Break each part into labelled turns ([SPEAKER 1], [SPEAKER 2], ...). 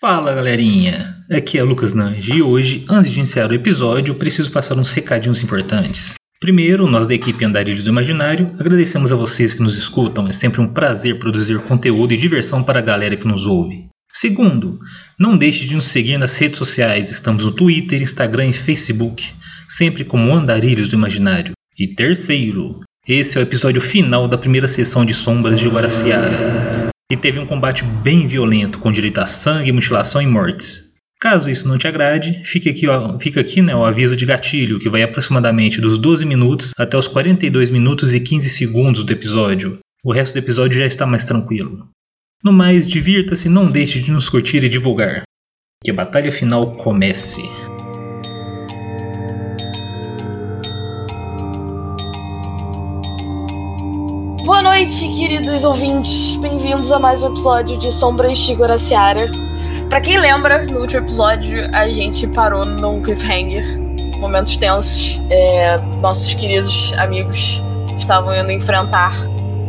[SPEAKER 1] Fala galerinha, aqui é Lucas Nange e hoje, antes de iniciar o episódio, preciso passar uns recadinhos importantes. Primeiro, nós da equipe Andarilhos do Imaginário agradecemos a vocês que nos escutam, é sempre um prazer produzir conteúdo e diversão para a galera que nos ouve. Segundo, não deixe de nos seguir nas redes sociais, estamos no Twitter, Instagram e Facebook, sempre como Andarilhos do Imaginário. E terceiro, esse é o episódio final da primeira sessão de Sombras de Guaraciara. E teve um combate bem violento, com direito a sangue, mutilação e mortes. Caso isso não te agrade, fica aqui, ó, fica aqui né, o aviso de gatilho, que vai aproximadamente dos 12 minutos até os 42 minutos e 15 segundos do episódio. O resto do episódio já está mais tranquilo. No mais, divirta-se, não deixe de nos curtir e divulgar. Que a batalha final comece.
[SPEAKER 2] Boa noite, queridos ouvintes. Bem-vindos a mais um episódio de Sombras de Goraciara. Pra quem lembra, no último episódio a gente parou num cliffhanger. Momentos tensos. É, nossos queridos amigos estavam indo enfrentar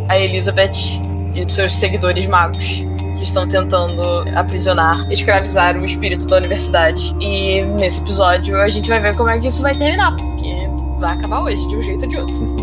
[SPEAKER 2] a Elizabeth e seus seguidores magos. Que estão tentando aprisionar, escravizar o espírito da universidade. E nesse episódio a gente vai ver como é que isso vai terminar, porque vai acabar hoje, de um jeito ou de outro.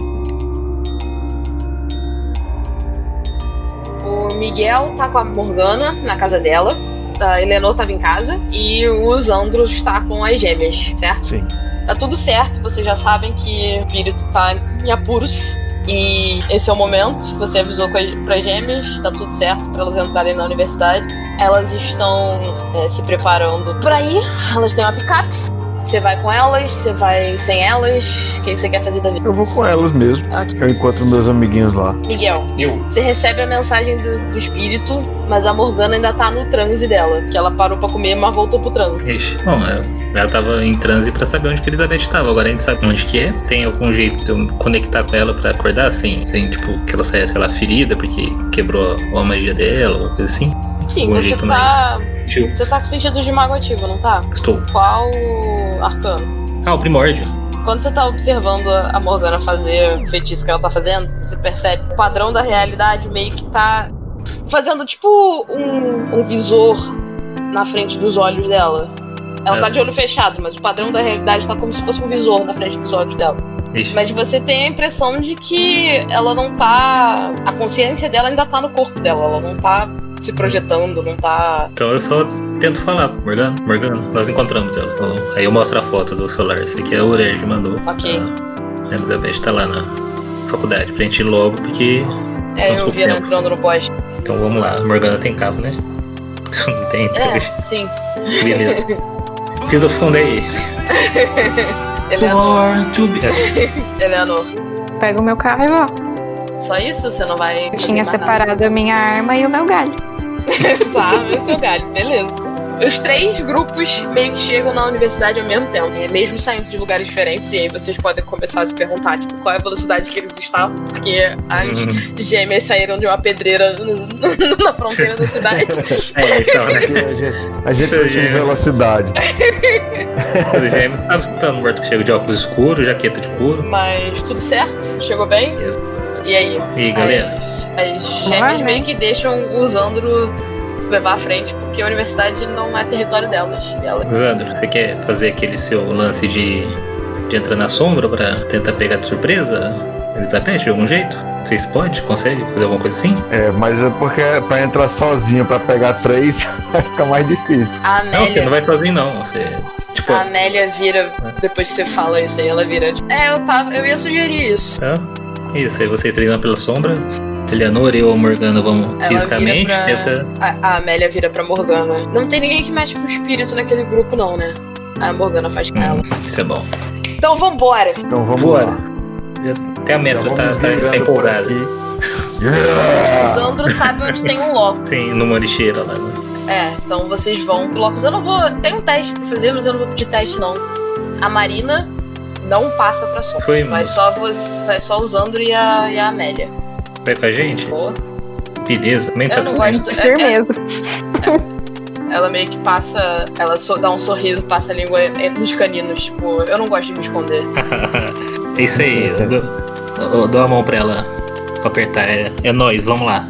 [SPEAKER 2] O Miguel tá com a Morgana na casa dela. A Eleanor tava em casa. E os Andros está com as gêmeas, certo?
[SPEAKER 3] Sim.
[SPEAKER 2] Tá tudo certo, vocês já sabem que o espírito tá em apuros. E esse é o momento, você avisou para gêmeas, tá tudo certo para elas entrarem na universidade. Elas estão é, se preparando para ir, elas têm uma picape. Você vai com elas, você vai sem elas. O que que você quer fazer da vida?
[SPEAKER 3] Eu vou com elas mesmo.
[SPEAKER 2] Ok.
[SPEAKER 3] Eu encontro meus amiguinhos lá.
[SPEAKER 2] Miguel,
[SPEAKER 1] Eu.
[SPEAKER 2] Você recebe a mensagem do, do espírito, mas a Morgana ainda tá no transe dela, que ela parou pra comer, mas voltou pro transe.
[SPEAKER 1] Ixi, bom, é, ela tava em transe pra saber onde que Elizabeth estava. Agora a gente sabe onde que é. Tem algum jeito de eu conectar com ela pra acordar, assim, sem, tipo, que ela saia, sei lá, ferida, porque quebrou a, a magia dela, ou coisa assim.
[SPEAKER 2] Sim,
[SPEAKER 1] Bom
[SPEAKER 2] você
[SPEAKER 1] jeito,
[SPEAKER 2] tá.
[SPEAKER 1] Tio,
[SPEAKER 2] Você tá com sentido de mago ativo, não tá?
[SPEAKER 1] estou.
[SPEAKER 2] Qual arcano?
[SPEAKER 1] Ah, o primórdio.
[SPEAKER 2] Quando você tá observando a a Morgana fazer o feitiço que ela tá fazendo, você percebe que o padrão da realidade meio que tá fazendo tipo um, um visor na frente dos olhos dela. Ela tá
[SPEAKER 1] Essa.
[SPEAKER 2] de olho fechado, mas o padrão da realidade tá como se fosse um visor na frente dos olhos dela.
[SPEAKER 1] Ixi,
[SPEAKER 2] Mas você tem a impressão de que ela não tá. A consciência dela ainda tá no corpo dela, ela não tá se projetando, não tá.
[SPEAKER 1] Então eu só tento falar. Morgana, Morgana, nós encontramos ela. Falou. Aí eu mostro a foto do celular. Esse aqui é o Urege mandou.
[SPEAKER 2] Ok.
[SPEAKER 1] A Elizabeth tá lá na faculdade pra gente ir logo, porque.
[SPEAKER 2] É,
[SPEAKER 1] Nossa,
[SPEAKER 2] eu vi ela
[SPEAKER 1] tempo.
[SPEAKER 2] entrando no poste.
[SPEAKER 1] Então vamos lá. Morgana tem carro, né? Não tem,
[SPEAKER 2] É, sim.
[SPEAKER 1] beleza. Fiz o fundo aí.
[SPEAKER 2] Eleanor,
[SPEAKER 1] Born to be. É,
[SPEAKER 2] Eleanor,
[SPEAKER 4] Pego o meu carro e vou.
[SPEAKER 2] só isso? Você não vai.
[SPEAKER 4] Eu tinha
[SPEAKER 2] fazer mais
[SPEAKER 4] separado a minha arma e o meu galho.
[SPEAKER 2] nada? Sua arma e o seu galho, beleza. Os três grupos meio que chegam na universidade ao mesmo tempo, né? mesmo saindo de lugares diferentes, e aí vocês podem começar a se perguntar, tipo, qual é a velocidade que eles estavam, porque as
[SPEAKER 1] Uhum.
[SPEAKER 2] gêmeas saíram de uma pedreira no- na fronteira da cidade.
[SPEAKER 1] é, então, né?
[SPEAKER 3] a gente, a gente
[SPEAKER 1] Seu
[SPEAKER 3] tá em
[SPEAKER 1] gênio.
[SPEAKER 3] velocidade.
[SPEAKER 1] Os gêmeos estavam é, tá escutando o Roberto Chego de óculos escuros, jaqueta de couro.
[SPEAKER 2] Mas tudo certo, chegou bem.
[SPEAKER 1] Yes.
[SPEAKER 2] E aí?
[SPEAKER 1] E galera,
[SPEAKER 2] As, as gêmeas
[SPEAKER 4] Vai,
[SPEAKER 2] meio que deixam o Zandro levar à frente, porque a universidade não é território delas. E ela-
[SPEAKER 1] Xander, você quer fazer aquele seu lance de, de entrar na sombra pra tentar pegar de surpresa? Elizabeth, de algum jeito? Vocês podem? Consegue fazer alguma coisa assim?
[SPEAKER 3] É, mas é porque pra entrar sozinho pra pegar três vai ficar mais difícil.
[SPEAKER 2] A
[SPEAKER 1] Não, você não
[SPEAKER 2] Amélia,
[SPEAKER 1] vai sozinho não. Você. Tipo.
[SPEAKER 2] a Amélia vira,
[SPEAKER 1] É.
[SPEAKER 2] depois que você fala isso aí, ela vira. tipo, É, eu, tava, eu ia sugerir isso.
[SPEAKER 1] tá? Isso, aí você treina pela sombra. Eleanor, eu ou a Morgana vamos
[SPEAKER 2] Ela
[SPEAKER 1] fisicamente.
[SPEAKER 2] vira pra-
[SPEAKER 1] Tenta.
[SPEAKER 2] A, a Amélia vira pra Morgana. Não tem ninguém que mexe com o espírito naquele grupo, não, né? A Morgana faz com ela.
[SPEAKER 1] Hum, isso é bom.
[SPEAKER 2] Então vambora!
[SPEAKER 3] Então vamos
[SPEAKER 1] Bora.
[SPEAKER 3] lá.
[SPEAKER 1] Já- Até a
[SPEAKER 3] Já
[SPEAKER 1] meta tá,
[SPEAKER 3] vamos
[SPEAKER 1] tá,
[SPEAKER 3] virando
[SPEAKER 1] tá
[SPEAKER 3] por
[SPEAKER 1] empolgada.
[SPEAKER 3] aqui.
[SPEAKER 1] Ah.
[SPEAKER 2] O
[SPEAKER 3] Yeah!
[SPEAKER 2] Zandro sabe onde tem um loco.
[SPEAKER 1] Sim, numa lixeira lá. né?
[SPEAKER 2] É, então vocês vão pro Locus. Eu não vou. Tem um teste pra fazer, mas eu não vou pedir teste, não. A Marina não passa pra sombra.
[SPEAKER 1] Foi,
[SPEAKER 2] Vai
[SPEAKER 1] mas
[SPEAKER 2] só, você, vai só o Zandro e a, e a Amélia.
[SPEAKER 1] vai com a gente?
[SPEAKER 2] Boa.
[SPEAKER 1] Beleza, também
[SPEAKER 2] Eu não
[SPEAKER 1] satisfeito.
[SPEAKER 2] gosto. é- é-
[SPEAKER 4] Firmeza.
[SPEAKER 2] ela meio que passa. Ela so- dá um sorriso, passa a língua en- nos caninos. Tipo, eu não gosto de me esconder.
[SPEAKER 1] É isso aí, eu dou, eu dou a mão pra ela pra apertar. É, é nóis, vamos lá.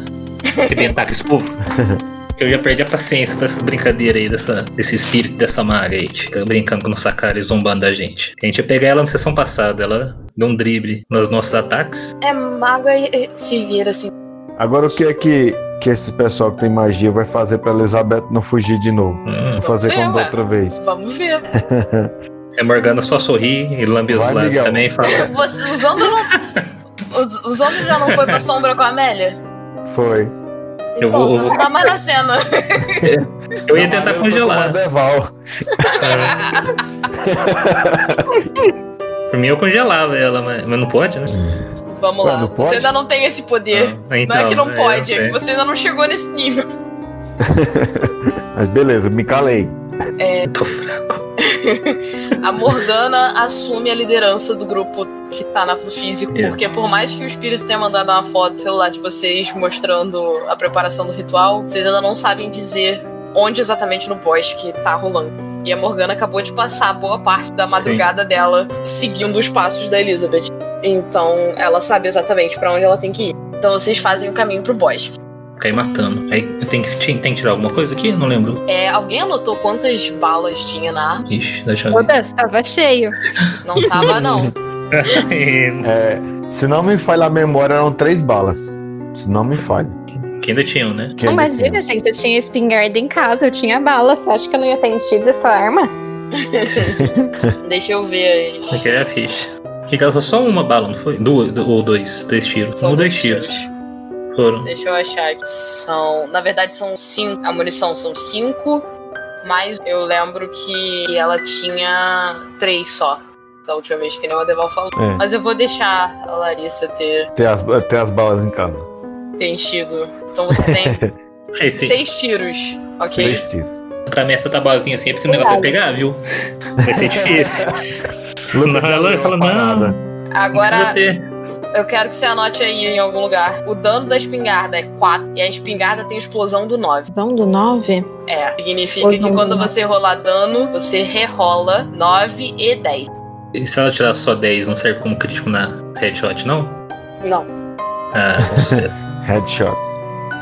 [SPEAKER 1] Arrebentar com esse povo. Eu já perdi a paciência pra essa brincadeira aí, dessa, desse espírito dessa maga aí, que fica brincando com nossa cara e zombando da gente. A gente ia pegar ela na sessão passada, ela deu um drible nos nossos ataques.
[SPEAKER 2] É maga e e se vira assim.
[SPEAKER 3] Agora o que é que, que esse pessoal que tem magia vai fazer pra Elizabeth não fugir de novo?
[SPEAKER 1] Hum,
[SPEAKER 3] Vai fazer
[SPEAKER 2] Sim,
[SPEAKER 3] como da
[SPEAKER 2] ué.
[SPEAKER 3] outra vez.
[SPEAKER 2] Vamos ver.
[SPEAKER 1] a Morgana só sorri e lambe os
[SPEAKER 3] Vai,
[SPEAKER 1] lábios
[SPEAKER 3] Miguel.
[SPEAKER 1] também e fala.
[SPEAKER 2] Você, usando não. Us- Usando já não foi pra sombra com a Amélia?
[SPEAKER 3] Foi.
[SPEAKER 1] Eu vou-
[SPEAKER 2] Então,
[SPEAKER 1] eu
[SPEAKER 2] você
[SPEAKER 1] vou-
[SPEAKER 2] não tá mais na cena.
[SPEAKER 1] Eu ia tentar congelar.
[SPEAKER 3] Deval.
[SPEAKER 1] Por É. mim eu congelava ela, mas, mas não pode, né?
[SPEAKER 2] Vamos
[SPEAKER 3] Ué,
[SPEAKER 2] lá.
[SPEAKER 3] não pode?
[SPEAKER 2] Você ainda não tem esse poder.
[SPEAKER 1] Ah, então,
[SPEAKER 2] não é que não pode, é
[SPEAKER 1] é.
[SPEAKER 2] que você ainda não chegou nesse nível.
[SPEAKER 3] Mas beleza, me calei.
[SPEAKER 1] Eu tô fraco.
[SPEAKER 2] A Morgana assume a liderança do grupo que tá na, do físico,
[SPEAKER 1] É.
[SPEAKER 2] porque por mais que o espírito tenha mandado uma foto do celular de vocês mostrando a preparação do ritual, vocês ainda não sabem dizer onde exatamente no boss que tá rolando. E a Morgana acabou de passar boa parte da madrugada dela seguindo os passos da Elizabeth. Então ela sabe exatamente pra onde ela tem que ir. Então vocês fazem o caminho pro bosque.
[SPEAKER 1] Caí matando. Aí tem que, tem que tirar alguma coisa aqui? Não lembro.
[SPEAKER 2] É, alguém anotou quantas balas tinha na arma?
[SPEAKER 1] Ixi, deixa eu ver.
[SPEAKER 4] Foda-se, tava cheio.
[SPEAKER 2] Não tava, não.
[SPEAKER 3] É, se não me falha a memória, eram três balas. Se não me falha.
[SPEAKER 1] que ainda tinham, né?
[SPEAKER 3] Quem
[SPEAKER 4] Não,
[SPEAKER 3] é
[SPEAKER 4] imagina, gente, eu tinha espingarda em casa, eu tinha bala. Você acha que eu não ia ter enchido essa arma?
[SPEAKER 2] Deixa eu ver as.
[SPEAKER 1] Aquele é a ficha. E gastou só uma bala, não foi? Duas, du- ou dois, dois tiros.
[SPEAKER 2] São
[SPEAKER 1] ou dois
[SPEAKER 2] dois
[SPEAKER 1] tiros.
[SPEAKER 2] tiros.
[SPEAKER 1] Foram.
[SPEAKER 2] Deixa eu achar aqui. São. Na verdade, são cinco. A munição são cinco. Mas eu lembro que ela tinha três só. Da última vez que nem o Adeval falou.
[SPEAKER 3] É.
[SPEAKER 2] Mas eu vou deixar a Larissa ter,
[SPEAKER 3] Tem as, tem as balas em casa.
[SPEAKER 2] ter enchido. Então você tem
[SPEAKER 1] Esse,
[SPEAKER 2] seis tiros, ok?
[SPEAKER 3] Três tiros.
[SPEAKER 1] pra mim essa tabazinha assim é porque o negócio vai pegar, viu? Vai ser difícil. Não, ela fala, não. Precisa
[SPEAKER 2] Agora
[SPEAKER 1] ter.
[SPEAKER 2] eu quero que você anote aí em algum lugar. O dano da espingarda é 4. E a espingarda tem explosão do 9.
[SPEAKER 4] Visão do 9?
[SPEAKER 2] É, significa
[SPEAKER 4] Ou
[SPEAKER 2] que
[SPEAKER 4] não.
[SPEAKER 2] quando você rolar dano, você rerola 9 e 10.
[SPEAKER 1] E se ela tirar só 10, não serve como crítico na headshot, não?
[SPEAKER 2] Não.
[SPEAKER 1] Ah, com certeza.
[SPEAKER 3] Headshot.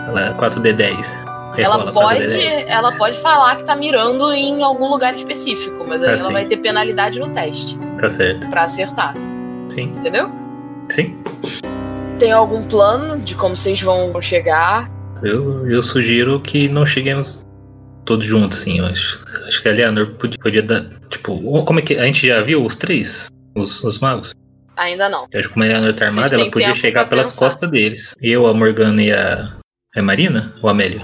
[SPEAKER 1] Ela é 4D10.
[SPEAKER 2] Ela
[SPEAKER 1] Rerola 4D10.
[SPEAKER 2] pode, ela pode falar que tá mirando em algum lugar específico, mas aí
[SPEAKER 1] Ah,
[SPEAKER 2] ela
[SPEAKER 1] sim.
[SPEAKER 2] vai ter penalidade no teste
[SPEAKER 1] Tá certo.
[SPEAKER 2] pra acertar,
[SPEAKER 1] Sim,
[SPEAKER 2] entendeu?
[SPEAKER 1] sim.
[SPEAKER 2] Tem algum plano de como vocês vão chegar?
[SPEAKER 1] Eu, eu sugiro que não cheguemos todos juntos, sim, eu acho. Acho que a Eleanor podia, podia dar. Tipo, como é que. A gente já viu os três? Os, os magos?
[SPEAKER 2] Ainda não.
[SPEAKER 1] Eu acho que como a Eleanor tá
[SPEAKER 2] Vocês
[SPEAKER 1] armada,
[SPEAKER 2] têm
[SPEAKER 1] ela podia
[SPEAKER 2] tempo
[SPEAKER 1] chegar
[SPEAKER 2] pra
[SPEAKER 1] pelas
[SPEAKER 2] pensar.
[SPEAKER 1] costas deles. Eu, a Morgana e a. É Marina? Ou a Amélia?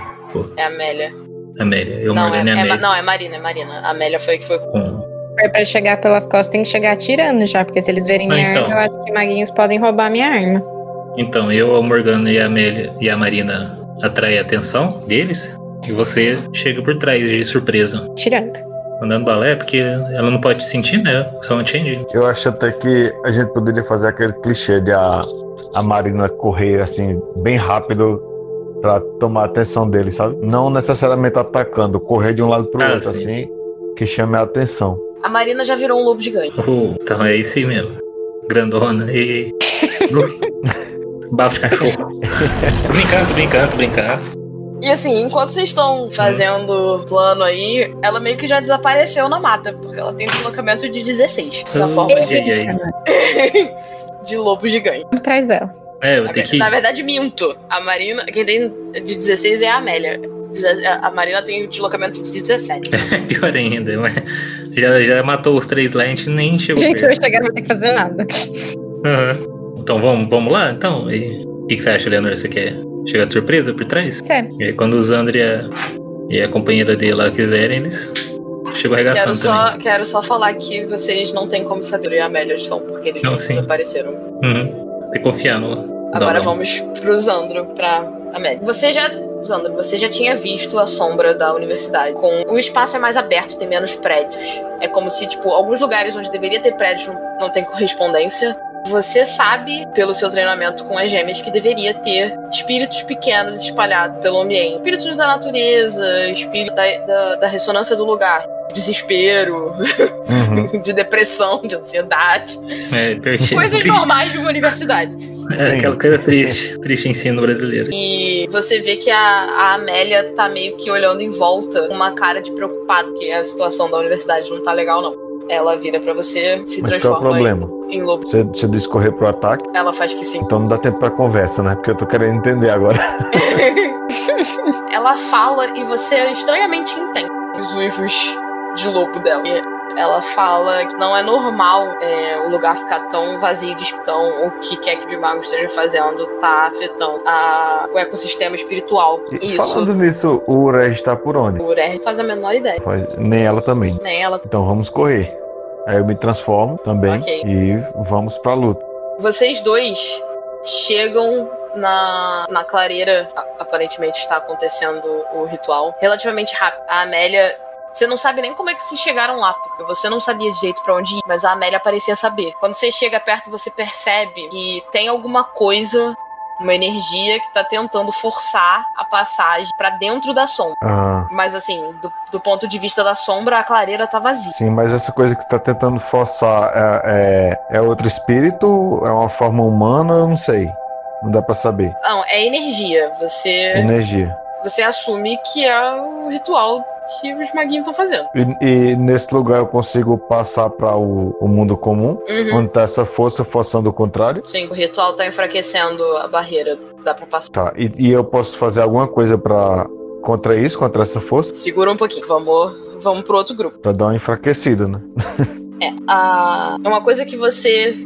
[SPEAKER 2] É a Amélia.
[SPEAKER 1] Amélia. Eu,
[SPEAKER 2] não, é,
[SPEAKER 1] Morgana e a
[SPEAKER 2] é Ma-
[SPEAKER 1] Amélia.
[SPEAKER 2] não, é Marina, é Marina. A Amélia foi a que foi.
[SPEAKER 1] Com...
[SPEAKER 4] Pra- Pra chegar pelas costas tem que chegar atirando já, porque se eles verem
[SPEAKER 1] Ah,
[SPEAKER 4] minha
[SPEAKER 1] então.
[SPEAKER 4] arma, eu acho que maguinhos podem roubar minha arma.
[SPEAKER 1] Então, eu, a Morgana e a Amélia e a Marina atraem a atenção deles. E você chega por trás de surpresa.
[SPEAKER 4] Tirando.
[SPEAKER 1] Mandando balé, porque ela não pode sentir, né? São unchanged.
[SPEAKER 3] Eu acho até que a gente poderia fazer aquele clichê de a, a Marina correr assim, bem rápido pra tomar a atenção dele, sabe? Não necessariamente atacando, correr de um lado pro
[SPEAKER 1] Ah,
[SPEAKER 3] outro,
[SPEAKER 1] sim.
[SPEAKER 3] assim, que chame a atenção.
[SPEAKER 2] A Marina já virou um lobo gigante.
[SPEAKER 1] Uh, então é isso aí mesmo. Grandona e. Bafo de cachorro. tô brincando, tô brincando, tô brincando.
[SPEAKER 2] E assim, enquanto
[SPEAKER 1] Hum.
[SPEAKER 2] vocês estão fazendo o plano aí, ela meio que já desapareceu na mata, porque ela tem um deslocamento de 16 na
[SPEAKER 1] Hum.
[SPEAKER 2] forma de
[SPEAKER 1] Ei, ei, ei.
[SPEAKER 2] de lobo gigante.
[SPEAKER 4] Por trás dela.
[SPEAKER 1] É, eu
[SPEAKER 2] Na,
[SPEAKER 1] tenho
[SPEAKER 2] ver-
[SPEAKER 1] que.
[SPEAKER 2] na verdade, minto. A Marina, quem tem de 16 é a Amélia. Deze- A Marina tem um deslocamento de 17.
[SPEAKER 1] é Pior ainda, mas já, já matou os três lá, a gente nem chegou
[SPEAKER 4] Gente, eu
[SPEAKER 1] perto.
[SPEAKER 4] vou chegar, não vou ter que fazer nada.
[SPEAKER 1] Aham. Então vamos, vamos lá, então? E- O que, que você acha, Leonor? Você quer chegar de surpresa por trás?
[SPEAKER 4] Sério.
[SPEAKER 1] E aí, quando o Zandra e a, e a companheira dele lá quiserem, eles chegam
[SPEAKER 2] Quero
[SPEAKER 1] arregaçando
[SPEAKER 2] só, quero só falar que vocês não têm como saber onde a Amélia estão, porque eles
[SPEAKER 1] Não,
[SPEAKER 2] não,
[SPEAKER 1] sim.
[SPEAKER 2] desapareceram.
[SPEAKER 1] também. Uhum. Tem que confiar no.
[SPEAKER 2] Agora
[SPEAKER 1] Dom.
[SPEAKER 2] vamos pro Zandro, pra Amélia. Você já. Zandro, você já tinha visto a sombra da universidade. Com o espaço é mais aberto, tem menos prédios. É como se, tipo, alguns lugares onde deveria ter prédios não tem correspondência. Você sabe, pelo seu treinamento com as gêmeas, que deveria ter espíritos pequenos espalhados pelo ambiente. Espíritos da natureza, espírito da, da, da ressonância do lugar. Desespero,
[SPEAKER 3] Uhum.
[SPEAKER 2] de depressão, de ansiedade.
[SPEAKER 1] É, perfeito.
[SPEAKER 2] Coisas
[SPEAKER 1] Triste.
[SPEAKER 2] normais de uma universidade.
[SPEAKER 1] É, aquela coisa triste. Triste ensino brasileiro.
[SPEAKER 2] E você vê que a, a Amélia tá meio que olhando em volta, com uma cara de preocupada, porque a situação da universidade não tá legal, não. Ela vira pra você, se
[SPEAKER 3] Mas qual é o
[SPEAKER 2] transforma em,
[SPEAKER 3] problema?
[SPEAKER 2] em lobo.
[SPEAKER 3] Você, você discorrer pro ataque,
[SPEAKER 2] Ela faz que sim.
[SPEAKER 3] então não dá tempo pra conversa, né? Porque eu tô querendo entender agora.
[SPEAKER 2] Ela fala e você é estranhamente entende os uivos de lobo dela. E ela fala que não é normal é, o lugar ficar tão vazio de espitão. O que quer que o mago esteja fazendo tá afetando a- o ecossistema espiritual.
[SPEAKER 3] E
[SPEAKER 2] Isso.
[SPEAKER 3] Falando nisso, o Urez tá por onde?
[SPEAKER 2] O Ure faz a menor ideia.
[SPEAKER 3] Mas Nem ela também.
[SPEAKER 2] Nem ela
[SPEAKER 3] Então vamos correr. Aí eu me transformo também
[SPEAKER 2] Ok.
[SPEAKER 3] e vamos pra luta.
[SPEAKER 2] Vocês dois chegam na, na clareira. A- Aparentemente está acontecendo o ritual relativamente rápido. A Amélia. Você não sabe nem como é que vocês chegaram lá, porque você não sabia direito pra onde ir, mas a Amélia parecia saber. Quando você chega perto, você percebe que tem alguma coisa, uma energia que tá tentando forçar a passagem pra dentro da sombra.
[SPEAKER 3] Ah,
[SPEAKER 2] Mas assim, do, do ponto de vista da sombra, a clareira tá vazia.
[SPEAKER 3] sim, mas essa coisa que tá tentando forçar é, é, é outro espírito? É uma forma humana? Eu não sei. Não dá pra saber.
[SPEAKER 2] Não, é energia. Você.
[SPEAKER 3] Energia.
[SPEAKER 2] você assume que é o ritual que os maguinhos estão fazendo.
[SPEAKER 3] E, e nesse lugar eu consigo passar pra o, o mundo comum?
[SPEAKER 2] Uhum.
[SPEAKER 3] Onde tá essa força forçando o contrário?
[SPEAKER 2] Sim, o ritual tá enfraquecendo a barreira, dá pra passar.
[SPEAKER 3] Tá. E, e eu posso fazer alguma coisa pra contra isso, contra essa força?
[SPEAKER 2] Segura um pouquinho, vamos, vamos pro outro grupo.
[SPEAKER 3] Pra dar uma enfraquecida, né?
[SPEAKER 2] É, a... uma coisa que você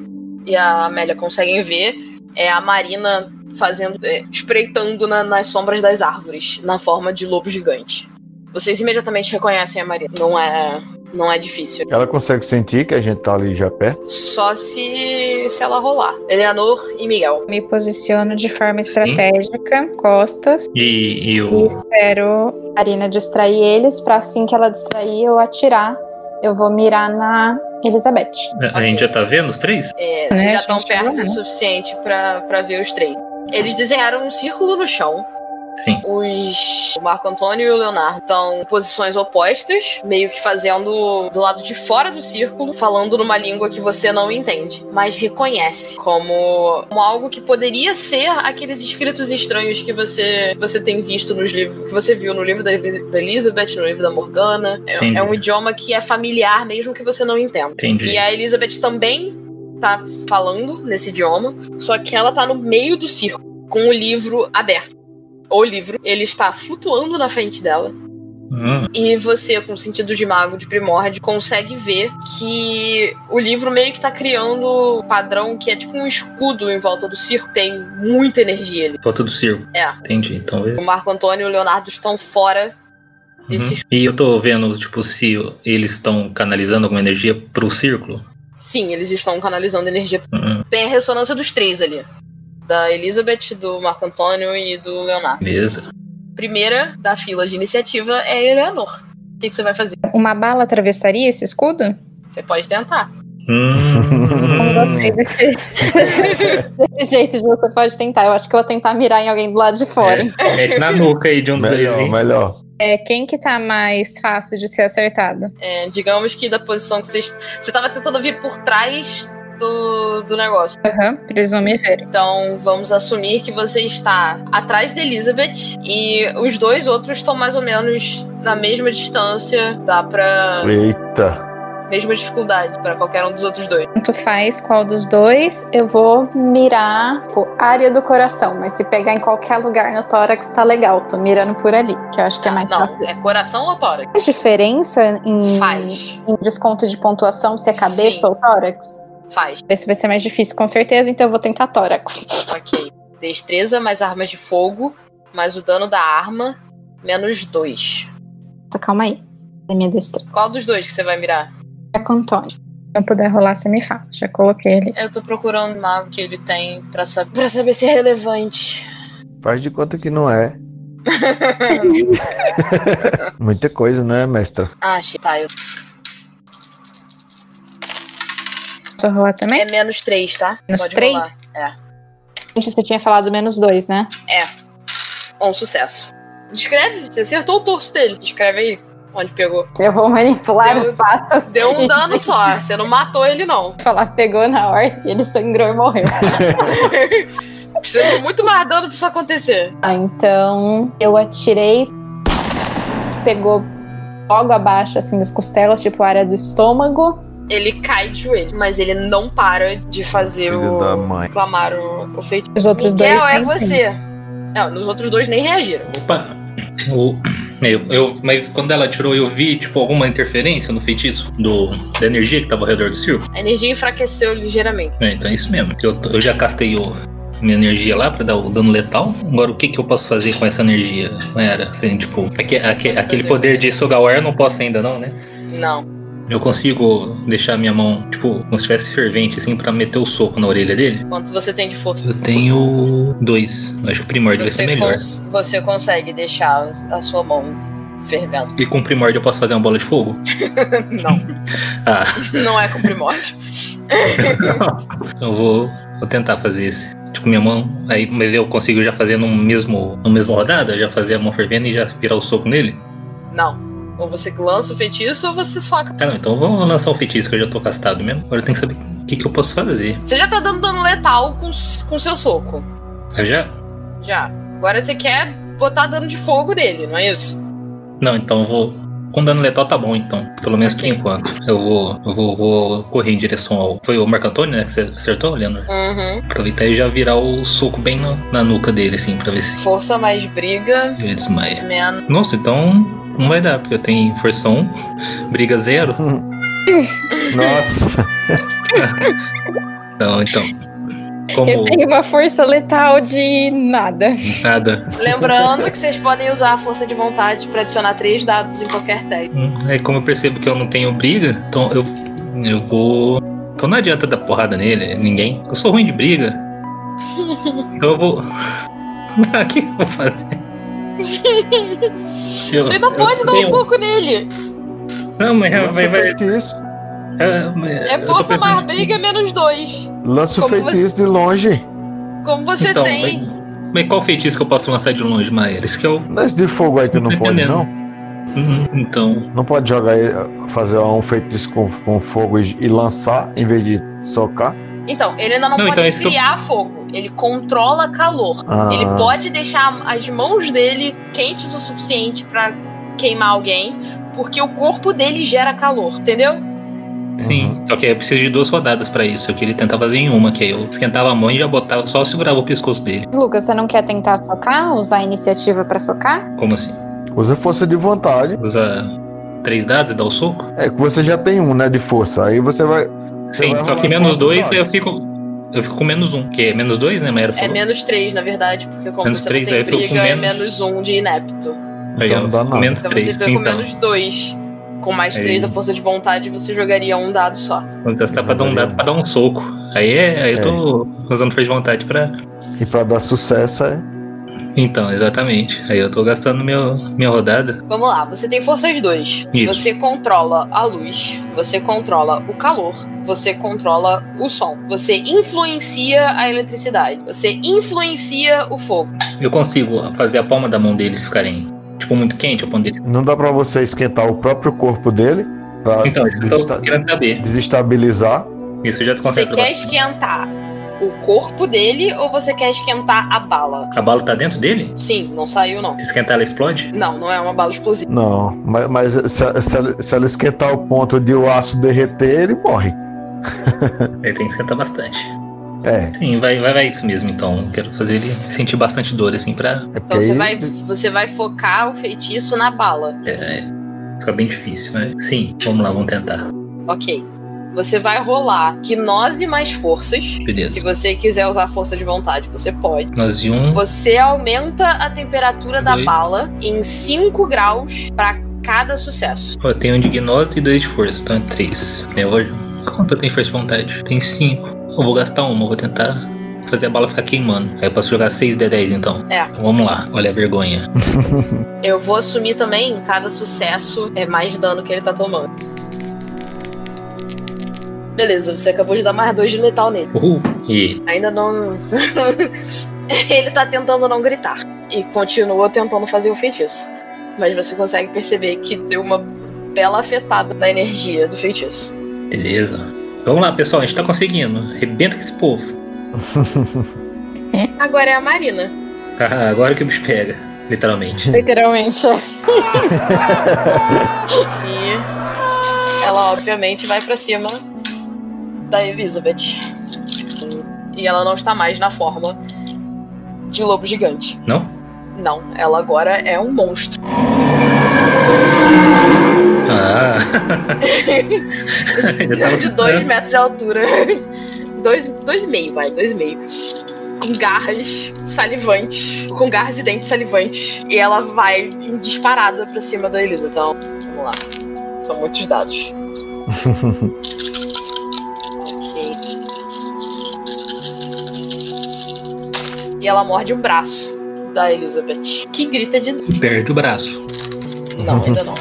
[SPEAKER 2] e a Amélia conseguem ver é a Marina fazendo, é, espreitando na- nas sombras das árvores, na forma de lobo gigante. Vocês imediatamente reconhecem a Marina. Não é, não é difícil.
[SPEAKER 3] Ela consegue sentir que a gente tá ali já perto.
[SPEAKER 2] Só se, se ela rolar. Eleanor e Miguel.
[SPEAKER 4] Me posiciono de forma estratégica, costas,
[SPEAKER 1] E, e
[SPEAKER 4] e
[SPEAKER 1] o.
[SPEAKER 4] espero a Arina distrair eles pra assim que ela distrair eu atirar. Eu vou mirar na Elizabeth.
[SPEAKER 1] A, a gente já tá vendo os três?
[SPEAKER 2] É,
[SPEAKER 4] Né,
[SPEAKER 2] vocês já
[SPEAKER 4] gente,
[SPEAKER 2] estão perto
[SPEAKER 4] não.
[SPEAKER 2] o suficiente pra pra ver os três. Eles desenharam um círculo no chão.
[SPEAKER 1] Sim.
[SPEAKER 2] Os o Marco Antônio e o Leonardo estão em posições opostas, meio que fazendo do lado de fora do círculo, falando numa língua que você não entende, mas reconhece como, como algo que poderia ser aqueles escritos estranhos que você, que você tem visto nos livros, que você viu no livro da, da Elizabeth, no livro da Morgana. É-
[SPEAKER 1] Entendi.
[SPEAKER 2] é um idioma que é familiar mesmo que você não entenda.
[SPEAKER 1] Entendi.
[SPEAKER 2] E a Elizabeth também tá falando nesse idioma, só que ela tá no meio do circo, com o livro aberto. O livro, ele está flutuando na frente dela.
[SPEAKER 1] Hum,
[SPEAKER 2] E você, com sentido de mago de primórdio, consegue ver que o livro meio que tá criando um padrão que é tipo um escudo em volta do circo. Tem muita energia ali.
[SPEAKER 1] volta do circo.
[SPEAKER 2] É.
[SPEAKER 1] Entendi. Então.
[SPEAKER 2] O Marco Antônio e o Leonardo estão fora desse
[SPEAKER 1] Uhum. E eu tô vendo, tipo, se eles estão canalizando alguma energia pro círculo.
[SPEAKER 2] Sim, eles estão canalizando energia.
[SPEAKER 1] Uhum.
[SPEAKER 2] Tem a ressonância dos três ali. Da Elizabeth, do Marco Antônio e do Leonardo.
[SPEAKER 1] Beleza.
[SPEAKER 2] Primeira da fila de iniciativa é a Eleanor. O que, que você vai fazer?
[SPEAKER 4] Uma bala atravessaria esse escudo?
[SPEAKER 2] Você pode tentar.
[SPEAKER 4] Eu não
[SPEAKER 1] Hum,
[SPEAKER 4] gostei desse, desse jeito de você pode tentar. Eu acho que eu vou tentar mirar em alguém do lado de fora.
[SPEAKER 1] é, mete na nuca aí de um dos dois.
[SPEAKER 3] Melhor,
[SPEAKER 1] hein?
[SPEAKER 3] melhor.
[SPEAKER 4] É. quem que tá mais fácil de ser acertado?
[SPEAKER 2] É, digamos que da posição que você. est- Você tava tentando vir por trás do, do negócio.
[SPEAKER 4] Aham, presume ver.
[SPEAKER 2] Então vamos assumir que você está atrás da Elizabeth e os dois outros estão mais ou menos na mesma distância. Dá pra.
[SPEAKER 3] Eita.
[SPEAKER 2] mesma dificuldade pra qualquer um dos outros dois.
[SPEAKER 4] Tanto faz qual dos dois, eu vou mirar pô, área do coração. Mas se pegar em qualquer lugar no tórax, tá legal. Tô mirando por ali, que eu acho que é mais fácil. Hum.
[SPEAKER 2] Não, é coração ou tórax?
[SPEAKER 4] Faz diferença em,
[SPEAKER 2] Faz.
[SPEAKER 4] em desconto de pontuação se é cabeça
[SPEAKER 2] Sim.
[SPEAKER 4] ou tórax?
[SPEAKER 2] Faz.
[SPEAKER 4] Esse vai ser mais difícil, com certeza, então eu vou tentar tórax.
[SPEAKER 2] Ok. Destreza mais armas de fogo, mais o dano da arma, menos dois.
[SPEAKER 4] Nossa, calma aí. É minha destreza.
[SPEAKER 2] Qual dos dois que você vai mirar?
[SPEAKER 4] É com o Antônio. Se eu puder rolar, você me fala. Já coloquei ele.
[SPEAKER 2] Eu tô procurando o mago que ele tem pra saber, pra saber se é relevante.
[SPEAKER 3] Faz de conta que não é. Muita
[SPEAKER 2] Tá,
[SPEAKER 3] coisa, né, mestra?
[SPEAKER 2] ah, achei. Tá, eu.
[SPEAKER 4] Posso rolar também?
[SPEAKER 2] É menos 3, tá?
[SPEAKER 4] Menos
[SPEAKER 2] Pode
[SPEAKER 4] três?
[SPEAKER 2] rolar. É.
[SPEAKER 4] Gente, você tinha falado menos dois, né?
[SPEAKER 2] Um sucesso. Descreve. Você acertou o torso dele. Descreve aí. Onde pegou.
[SPEAKER 4] Eu vou manipular
[SPEAKER 2] Deu-
[SPEAKER 4] os fatos.
[SPEAKER 2] Deu um
[SPEAKER 4] e
[SPEAKER 2] dano só. Você não matou ele, não.
[SPEAKER 4] Falar pegou na horta e ele sangrou e morreu.
[SPEAKER 2] Precisa de muito mais dano pra isso acontecer.
[SPEAKER 4] Ah, então eu atirei, pegou logo abaixo, assim, das costelas, tipo a área do estômago.
[SPEAKER 2] Ele cai de joelho, mas ele não para de fazer
[SPEAKER 3] Filho
[SPEAKER 2] o.
[SPEAKER 3] da mãe.
[SPEAKER 2] Clamar o, o feito.
[SPEAKER 4] Os outros
[SPEAKER 2] Miguel,
[SPEAKER 4] dois.
[SPEAKER 2] é
[SPEAKER 4] nem-
[SPEAKER 2] você. Não, nos outros dois nem reagiram.
[SPEAKER 1] Opa! O- Eu, eu- mas quando ela tirou, eu vi, tipo, alguma interferência no feitiço do, da energia que tava ao redor do circo.
[SPEAKER 2] A energia enfraqueceu ligeiramente.
[SPEAKER 1] É, então é isso mesmo. Eu, eu já castei o, minha energia lá pra dar o dano letal. Agora, o que que eu posso fazer com essa energia? Não era, assim, tipo, aque- aque- aquele poder de sugar o ar eu não posso ainda não, né?
[SPEAKER 2] Não.
[SPEAKER 1] Eu consigo deixar minha mão, tipo, como se estivesse fervente, assim, pra meter o soco na orelha dele?
[SPEAKER 2] Quanto você tem de força?
[SPEAKER 1] Eu tenho dois. Acho que o primórdio vai ser melhor.
[SPEAKER 2] cons- você consegue deixar os- a sua mão fervendo.
[SPEAKER 1] E com o primórdio eu posso fazer uma bola de fogo?
[SPEAKER 2] Não,
[SPEAKER 1] Ah,
[SPEAKER 2] não é com primórdio.
[SPEAKER 1] eu vou, vou tentar fazer esse. Tipo, minha mão. Aí, mas eu consigo já fazer no mesmo, no mesmo rodada? Já fazer a mão fervendo e já virar o soco nele?
[SPEAKER 2] Não. Ou você lança o feitiço ou você soca.
[SPEAKER 1] Ah, não, então vamos lançar o feitiço que eu já tô castado mesmo. Agora eu tenho que saber o que, que eu posso fazer.
[SPEAKER 2] Você já tá dando dano letal com, s- com seu soco.
[SPEAKER 1] Eu já?
[SPEAKER 2] Já. Agora você quer botar dano de fogo nele, não é isso?
[SPEAKER 1] Não, então eu vou. Com dano letal tá bom, então. Pelo menos por enquanto. Eu vou. Eu vou, vou correr em direção ao. Foi o Marco Antônio, né? Que você acertou, Leonor?
[SPEAKER 2] Uhum.
[SPEAKER 1] Aproveitar e já virar o soco bem na, na nuca dele, assim, pra ver se
[SPEAKER 2] Força mais briga,
[SPEAKER 1] ele desmaia.
[SPEAKER 2] menos.
[SPEAKER 1] Nossa, então não vai dar, porque eu tenho força 1, briga 0.
[SPEAKER 3] Nossa.
[SPEAKER 1] Então, então.
[SPEAKER 4] Eu
[SPEAKER 1] Como
[SPEAKER 4] tenho uma força letal de nada.
[SPEAKER 1] nada.
[SPEAKER 2] Lembrando que vocês podem usar a força de vontade pra adicionar três dados em qualquer teste.
[SPEAKER 1] hum, É como eu percebo que eu não tenho briga, então eu, eu vou. Então não adianta dar porrada nele, ninguém. Eu sou ruim de briga. Então eu vou. Ah, O que eu vou fazer? Eu-
[SPEAKER 2] Você não
[SPEAKER 1] eu
[SPEAKER 2] pode dar um
[SPEAKER 1] tenho-
[SPEAKER 2] soco nele!
[SPEAKER 1] Não, mas
[SPEAKER 3] Lança
[SPEAKER 1] vai.
[SPEAKER 3] o
[SPEAKER 1] vai
[SPEAKER 3] feitiço.
[SPEAKER 1] é, mas-
[SPEAKER 2] É
[SPEAKER 1] eu tô
[SPEAKER 2] força
[SPEAKER 1] pensando-
[SPEAKER 2] mais briga menos dois.
[SPEAKER 3] Lança o
[SPEAKER 2] Como
[SPEAKER 3] feitiço de longe.
[SPEAKER 2] Como você
[SPEAKER 1] Então,
[SPEAKER 2] tem.
[SPEAKER 1] mas- Mas qual feitiço que eu posso lançar de longe, Maia? Isso que é eu.
[SPEAKER 3] Lança de fogo aí tu não
[SPEAKER 1] Tô
[SPEAKER 3] pode,
[SPEAKER 1] entendendo.
[SPEAKER 3] não?
[SPEAKER 1] Hum, Então.
[SPEAKER 3] Não pode jogar, e- fazer um feitiço com, com fogo e e lançar em vez de socar.
[SPEAKER 2] Então, ele ainda não,
[SPEAKER 1] Não,
[SPEAKER 2] pode
[SPEAKER 1] então é isso que eu-
[SPEAKER 2] criar fogo. Ele controla calor.
[SPEAKER 3] Ah,
[SPEAKER 2] Ele pode deixar as mãos dele quentes o suficiente pra queimar alguém, porque o corpo dele gera calor, entendeu?
[SPEAKER 1] Sim, só que aí eu preciso de duas rodadas pra isso. Eu queria tentar fazer em uma, que aí eu esquentava a mão e já botava, só segurava o pescoço dele.
[SPEAKER 4] Lucas, você não quer tentar socar? Usar a iniciativa pra socar?
[SPEAKER 1] Como assim?
[SPEAKER 3] Usa força de vontade.
[SPEAKER 1] Usa três dados e dá o soco?
[SPEAKER 3] É que você já tem um, né, de força. Aí você vai.
[SPEAKER 1] Sim,
[SPEAKER 3] vai
[SPEAKER 1] só que
[SPEAKER 3] rolar um
[SPEAKER 1] menos
[SPEAKER 3] quantos
[SPEAKER 1] dois, daí eu
[SPEAKER 3] dados?
[SPEAKER 1] fico. Eu fico com menos um, que é menos dois, né, Maera?
[SPEAKER 2] É
[SPEAKER 1] falou?
[SPEAKER 2] menos três, na verdade, porque como
[SPEAKER 1] Menos
[SPEAKER 2] você
[SPEAKER 1] três,
[SPEAKER 2] não tem
[SPEAKER 1] aí ficou com
[SPEAKER 2] briga, é
[SPEAKER 1] menos.
[SPEAKER 2] menos um de inepto.
[SPEAKER 1] Aí
[SPEAKER 3] Então
[SPEAKER 1] eu
[SPEAKER 3] não
[SPEAKER 1] fico
[SPEAKER 3] dá
[SPEAKER 1] com
[SPEAKER 3] nada.
[SPEAKER 1] menos
[SPEAKER 2] Então
[SPEAKER 1] três.
[SPEAKER 2] você fica com
[SPEAKER 1] então,
[SPEAKER 2] menos dois. Com mais
[SPEAKER 1] Aí.
[SPEAKER 2] três da força de vontade, você jogaria um dado só.
[SPEAKER 1] vou gastar pra dar um dado pra dar um soco. Aí, é, aí eu tô usando força de vontade pra.
[SPEAKER 3] E pra dar sucesso é.
[SPEAKER 1] Então, exatamente. Aí eu tô gastando meu, minha rodada.
[SPEAKER 2] Vamos lá, você tem forças dois.
[SPEAKER 1] Isso.
[SPEAKER 2] Você controla a luz, você controla o calor, você controla o som. Você influencia a eletricidade, você influencia o fogo.
[SPEAKER 1] Eu consigo fazer a palma da mão deles ficarem, tipo, muito quente, a ponto dele.
[SPEAKER 3] Não dá pra você esquentar o próprio corpo dele. Pra
[SPEAKER 1] Então, isso que eu tô
[SPEAKER 3] desesta-
[SPEAKER 1] querendo saber.
[SPEAKER 3] desestabilizar.
[SPEAKER 1] Isso eu já te
[SPEAKER 2] Você
[SPEAKER 1] conserto
[SPEAKER 2] quer
[SPEAKER 1] bastante.
[SPEAKER 2] esquentar o corpo dele ou você quer esquentar a bala?
[SPEAKER 1] A bala tá dentro dele?
[SPEAKER 2] Sim, não saiu não.
[SPEAKER 1] Se esquentar, ela explode?
[SPEAKER 2] Não, não é uma bala explosiva.
[SPEAKER 3] Não, mas, mas se, se ela- se ela esquentar o ponto de o aço derreter, ele morre.
[SPEAKER 1] Ele tem que esquentar bastante.
[SPEAKER 3] É,
[SPEAKER 1] Sim, vai, vai, vai isso mesmo, então. Quero fazer ele sentir bastante dor, assim, pra
[SPEAKER 3] é porque
[SPEAKER 2] Então você
[SPEAKER 3] aí
[SPEAKER 2] vai, você vai focar o feitiço na bala.
[SPEAKER 1] é, ficar bem difícil, mas sim, vamos lá, vamos tentar.
[SPEAKER 2] Ok. Você vai rolar quinose mais forças. Se
[SPEAKER 1] Beleza.
[SPEAKER 2] você quiser usar força de vontade, você pode.
[SPEAKER 1] Nós e um.
[SPEAKER 2] Você aumenta a temperatura da
[SPEAKER 1] Dois.
[SPEAKER 2] bala em 5 graus pra cada sucesso.
[SPEAKER 1] Eu tenho um de gnose e dois de força, então é três. Eu vou. Quanto eu tenho de força de vontade? Tem cinco. Eu vou gastar uma, eu vou tentar fazer a bala ficar queimando. Aí eu posso jogar seis de 10 então.
[SPEAKER 2] É.
[SPEAKER 1] Então vamos lá, olha a vergonha.
[SPEAKER 2] Eu vou assumir também cada sucesso é mais dano que ele tá tomando. Beleza, você acabou de dar mais dois de letal nele.
[SPEAKER 1] Uhul. E
[SPEAKER 2] Ainda não. Ele tá tentando não gritar. E continua tentando fazer o feitiço. Mas você consegue perceber que deu uma bela afetada na energia do feitiço.
[SPEAKER 1] beleza. Vamos lá, pessoal, a gente tá conseguindo. Arrebenta com esse povo.
[SPEAKER 2] Agora é a Marina.
[SPEAKER 1] Ah, agora que o bicho pega, literalmente.
[SPEAKER 4] Literalmente. é.
[SPEAKER 2] E ela obviamente vai pra cima da Elizabeth. E ela não está mais na forma de lobo gigante.
[SPEAKER 1] Não?
[SPEAKER 2] Não, ela agora é um monstro.
[SPEAKER 1] Ah. Ainda tava
[SPEAKER 2] de 2 metros de altura. 2,5, dois, dois e meio, vai, 2,5. Com garras salivantes. Com garras e dentes salivantes. E ela vai em disparada pra cima da Elisa. Então, vamos lá. São muitos dados. ok. E ela morde um braço da Elizabeth. Que grita de.
[SPEAKER 1] Perde o braço.
[SPEAKER 2] Não, ainda não.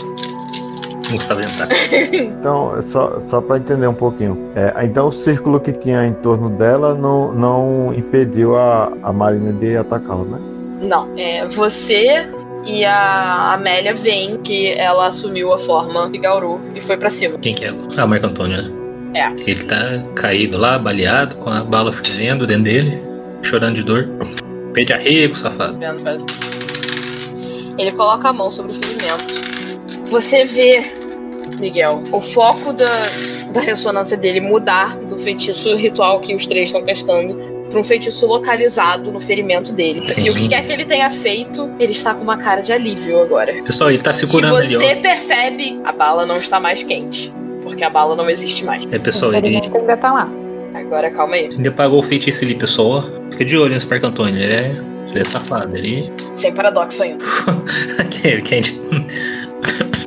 [SPEAKER 1] Vamos tentar.
[SPEAKER 3] Então, só, só para entender um pouquinho. É, então, o círculo que tinha em torno dela não, não impediu a, a Marina de atacá-la, né?
[SPEAKER 2] Não, é você e a Amélia veem que ela assumiu a forma de Gauru e foi pra cima.
[SPEAKER 1] Quem que é? Ah, o Marco Antônio, né?
[SPEAKER 2] É.
[SPEAKER 1] Ele tá caído lá, baleado, com a bala fervendo dentro dele, chorando de dor. Pede arrego, safado.
[SPEAKER 2] Vendo, faz- Ele coloca a mão sobre o ferimento. Você vê, Miguel, o foco da, da ressonância dele mudar do feitiço ritual que os três estão testando pra um feitiço localizado no ferimento dele.
[SPEAKER 1] Sim.
[SPEAKER 2] E o que quer que ele tenha feito, ele está com uma cara de alívio agora.
[SPEAKER 1] Pessoal, ele tá
[SPEAKER 2] E
[SPEAKER 1] segurando ali,
[SPEAKER 2] você
[SPEAKER 1] ó.
[SPEAKER 2] percebe a bala não está mais quente, porque a bala não existe mais.
[SPEAKER 1] É,
[SPEAKER 4] O
[SPEAKER 1] pessoal, ele,
[SPEAKER 4] experimento ainda tá lá.
[SPEAKER 2] Agora calma aí.
[SPEAKER 1] ele apagou o feitiço ali, pessoal. ó. Fica de olho nesse Marco Antônio, ele é, ele é safado. Ele...
[SPEAKER 2] Sem paradoxo ainda.
[SPEAKER 1] Aquele que a gente...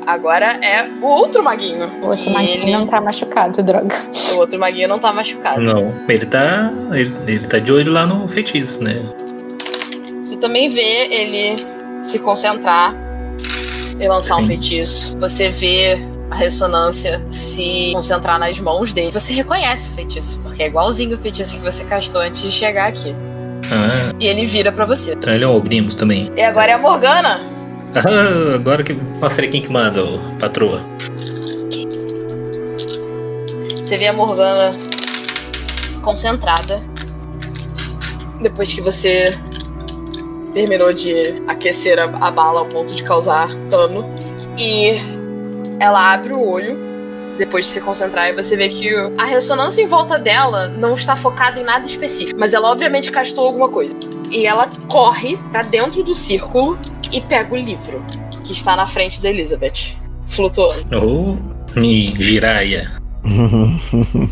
[SPEAKER 2] Agora é o outro maguinho.
[SPEAKER 4] O outro
[SPEAKER 2] E
[SPEAKER 4] maguinho
[SPEAKER 2] ele-
[SPEAKER 4] não tá machucado, droga.
[SPEAKER 2] O outro maguinho não tá machucado.
[SPEAKER 1] Não, ele tá, ele, ele tá de olho lá no feitiço, né?
[SPEAKER 2] Você também vê ele se concentrar e lançar um
[SPEAKER 1] Sim.
[SPEAKER 2] feitiço. Você vê a ressonância se concentrar nas mãos dele. Você reconhece o feitiço, porque é igualzinho o feitiço que você castou antes de chegar aqui.
[SPEAKER 1] Ah,
[SPEAKER 2] E ele vira pra você.
[SPEAKER 1] então ele é um Obrimus também.
[SPEAKER 2] E agora é a Morgana.
[SPEAKER 1] Ah, agora que mostrei quem que manda, ô, patroa.
[SPEAKER 2] Você vê a Morgana concentrada. Depois que você terminou de aquecer a, a bala ao ponto de causar dano. E ela abre o olho depois de se concentrar e você vê que o- a ressonância em volta dela não está focada em nada específico. Mas ela obviamente castou alguma coisa. E ela corre pra dentro do círculo e pega o livro que está na frente da Elizabeth, flutuando.
[SPEAKER 1] Ô, me giraia.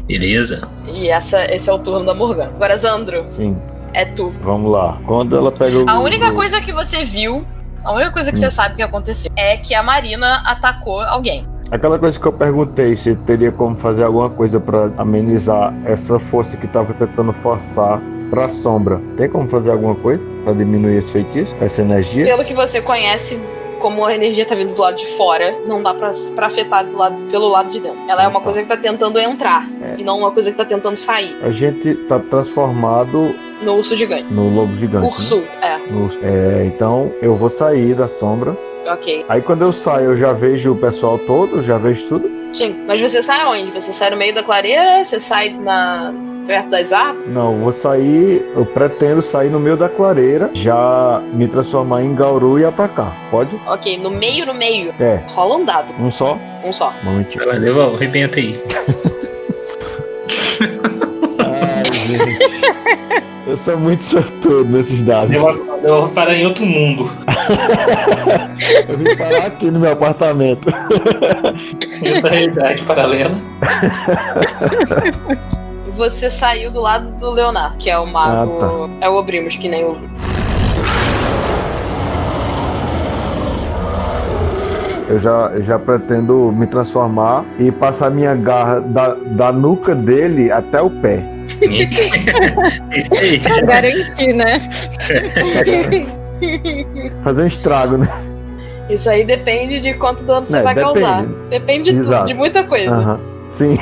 [SPEAKER 1] Beleza?
[SPEAKER 2] E essa, esse é o turno da Morgana. Agora, Zandro,
[SPEAKER 3] Sim,
[SPEAKER 2] é tu.
[SPEAKER 3] vamos lá. Quando ela pega o.
[SPEAKER 2] A única
[SPEAKER 3] o-
[SPEAKER 2] coisa que você viu, a única coisa que você sabe que aconteceu é que a Marina atacou alguém.
[SPEAKER 3] Aquela coisa que eu perguntei se teria como fazer alguma coisa pra amenizar essa força que tava tentando forçar pra sombra. Tem como fazer alguma coisa pra diminuir esse feitiço, essa energia?
[SPEAKER 2] Pelo que você conhece, como a energia tá vindo do lado de fora, não dá pra, pra afetar do lado, pelo lado de dentro. Ela é uma coisa que tá tentando entrar e não uma coisa que tá tentando sair.
[SPEAKER 3] A gente tá transformado
[SPEAKER 2] No urso gigante.
[SPEAKER 3] no lobo gigante. né?
[SPEAKER 2] Urso, é,
[SPEAKER 3] No- é, então eu vou sair da sombra.
[SPEAKER 2] ok.
[SPEAKER 3] Aí quando eu saio, eu já vejo o pessoal todo, já vejo tudo.
[SPEAKER 2] Sim, mas você sai onde? Você sai no meio da clareira? Você sai na perto das árvores?
[SPEAKER 3] Não, eu vou sair, eu pretendo sair no meio da clareira, já me transformar em Gauru e atacar. Pode?
[SPEAKER 2] Ok, no meio, no meio.
[SPEAKER 3] É,
[SPEAKER 2] Rola um dado,
[SPEAKER 3] um só.
[SPEAKER 2] um só.
[SPEAKER 3] Momentinho.
[SPEAKER 1] Vai lá, Deval, arrebenta aí.
[SPEAKER 3] Ai, gente. Eu sou muito sortudo nesses dados.
[SPEAKER 1] Deval vai parar em outro mundo.
[SPEAKER 3] Eu vim parar aqui no meu apartamento.
[SPEAKER 1] Em outra realidade paralela.
[SPEAKER 2] Você saiu do lado do Leonardo, que é o mago.
[SPEAKER 3] Ah,
[SPEAKER 2] É o Obrimus, que nem o.
[SPEAKER 3] Eu já, eu já pretendo me transformar e passar minha garra da, da nuca dele até o pé.
[SPEAKER 1] É Isso aí.
[SPEAKER 4] Garanti, né?
[SPEAKER 3] Fazer um estrago, né?
[SPEAKER 2] Isso aí depende de quanto dano você
[SPEAKER 3] É,
[SPEAKER 2] vai
[SPEAKER 3] depende.
[SPEAKER 2] causar. Depende de tudo,
[SPEAKER 3] Exato.
[SPEAKER 2] de muita coisa.
[SPEAKER 3] Aham. Sim.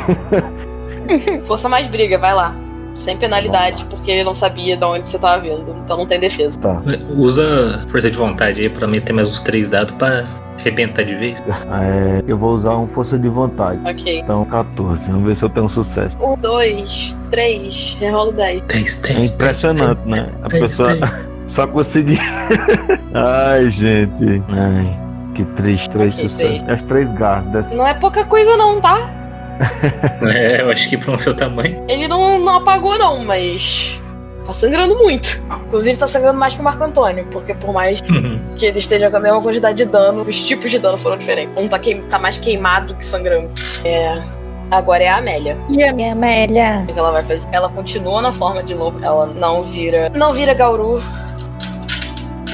[SPEAKER 2] Força mais briga, vai lá. Sem penalidade, porque ele não sabia de onde você tava vindo. Então não tem defesa.
[SPEAKER 3] Tá.
[SPEAKER 1] Usa força de vontade aí pra meter mais uns três dados pra arrebentar de vez.
[SPEAKER 3] É, eu vou usar um força de vontade.
[SPEAKER 2] Ok.
[SPEAKER 3] Então, 14. Vamos ver se eu tenho um sucesso.
[SPEAKER 2] Um, dois, três, rerola o 10.
[SPEAKER 1] Dez,
[SPEAKER 3] É
[SPEAKER 1] dez.
[SPEAKER 3] impressionante, né? A
[SPEAKER 1] dez,
[SPEAKER 3] pessoa
[SPEAKER 1] dez.
[SPEAKER 3] só conseguir. Ai, gente. Ai, que triste. Três
[SPEAKER 2] Ok,
[SPEAKER 3] sucessos. As três garras dessa.
[SPEAKER 2] Não é pouca coisa, não, tá?
[SPEAKER 1] É, eu acho que pro seu tamanho.
[SPEAKER 2] Ele não, não apagou, não, mas. Tá sangrando muito. Inclusive, tá sangrando mais que o Marco Antônio, porque por mais que ele esteja com a mesma quantidade de dano, os tipos de dano foram diferentes. Um tá, queim- tá mais queimado que sangrando. É. Agora é a Amélia.
[SPEAKER 4] E a minha Amélia?
[SPEAKER 2] O que ela vai fazer? Ela continua na forma de lobo. Ela não vira. Não vira Gauru.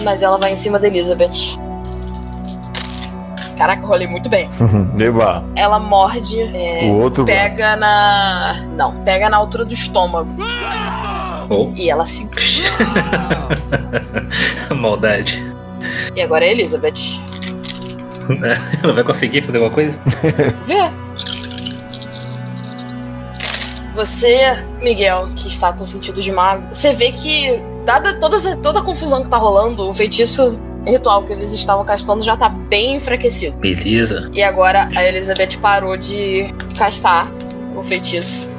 [SPEAKER 2] Mas ela vai em cima da Elizabeth. Caraca, eu rolei muito bem.
[SPEAKER 3] Eba.
[SPEAKER 2] Ela morde. é,
[SPEAKER 3] O outro. vai.
[SPEAKER 2] Pega na. Não, pega na altura do estômago.
[SPEAKER 1] Oh.
[SPEAKER 2] E ela se.
[SPEAKER 1] Maldade.
[SPEAKER 2] E agora é a Elizabeth.
[SPEAKER 1] Ela vai conseguir fazer alguma coisa?
[SPEAKER 2] Vê. Você, Miguel, que está com sentido de mago, você vê que, dada toda, essa- toda a confusão que tá rolando, o feitiço ritual que eles estavam castando já tá bem enfraquecido.
[SPEAKER 1] Beleza.
[SPEAKER 2] E agora a Elizabeth parou de castar o feitiço.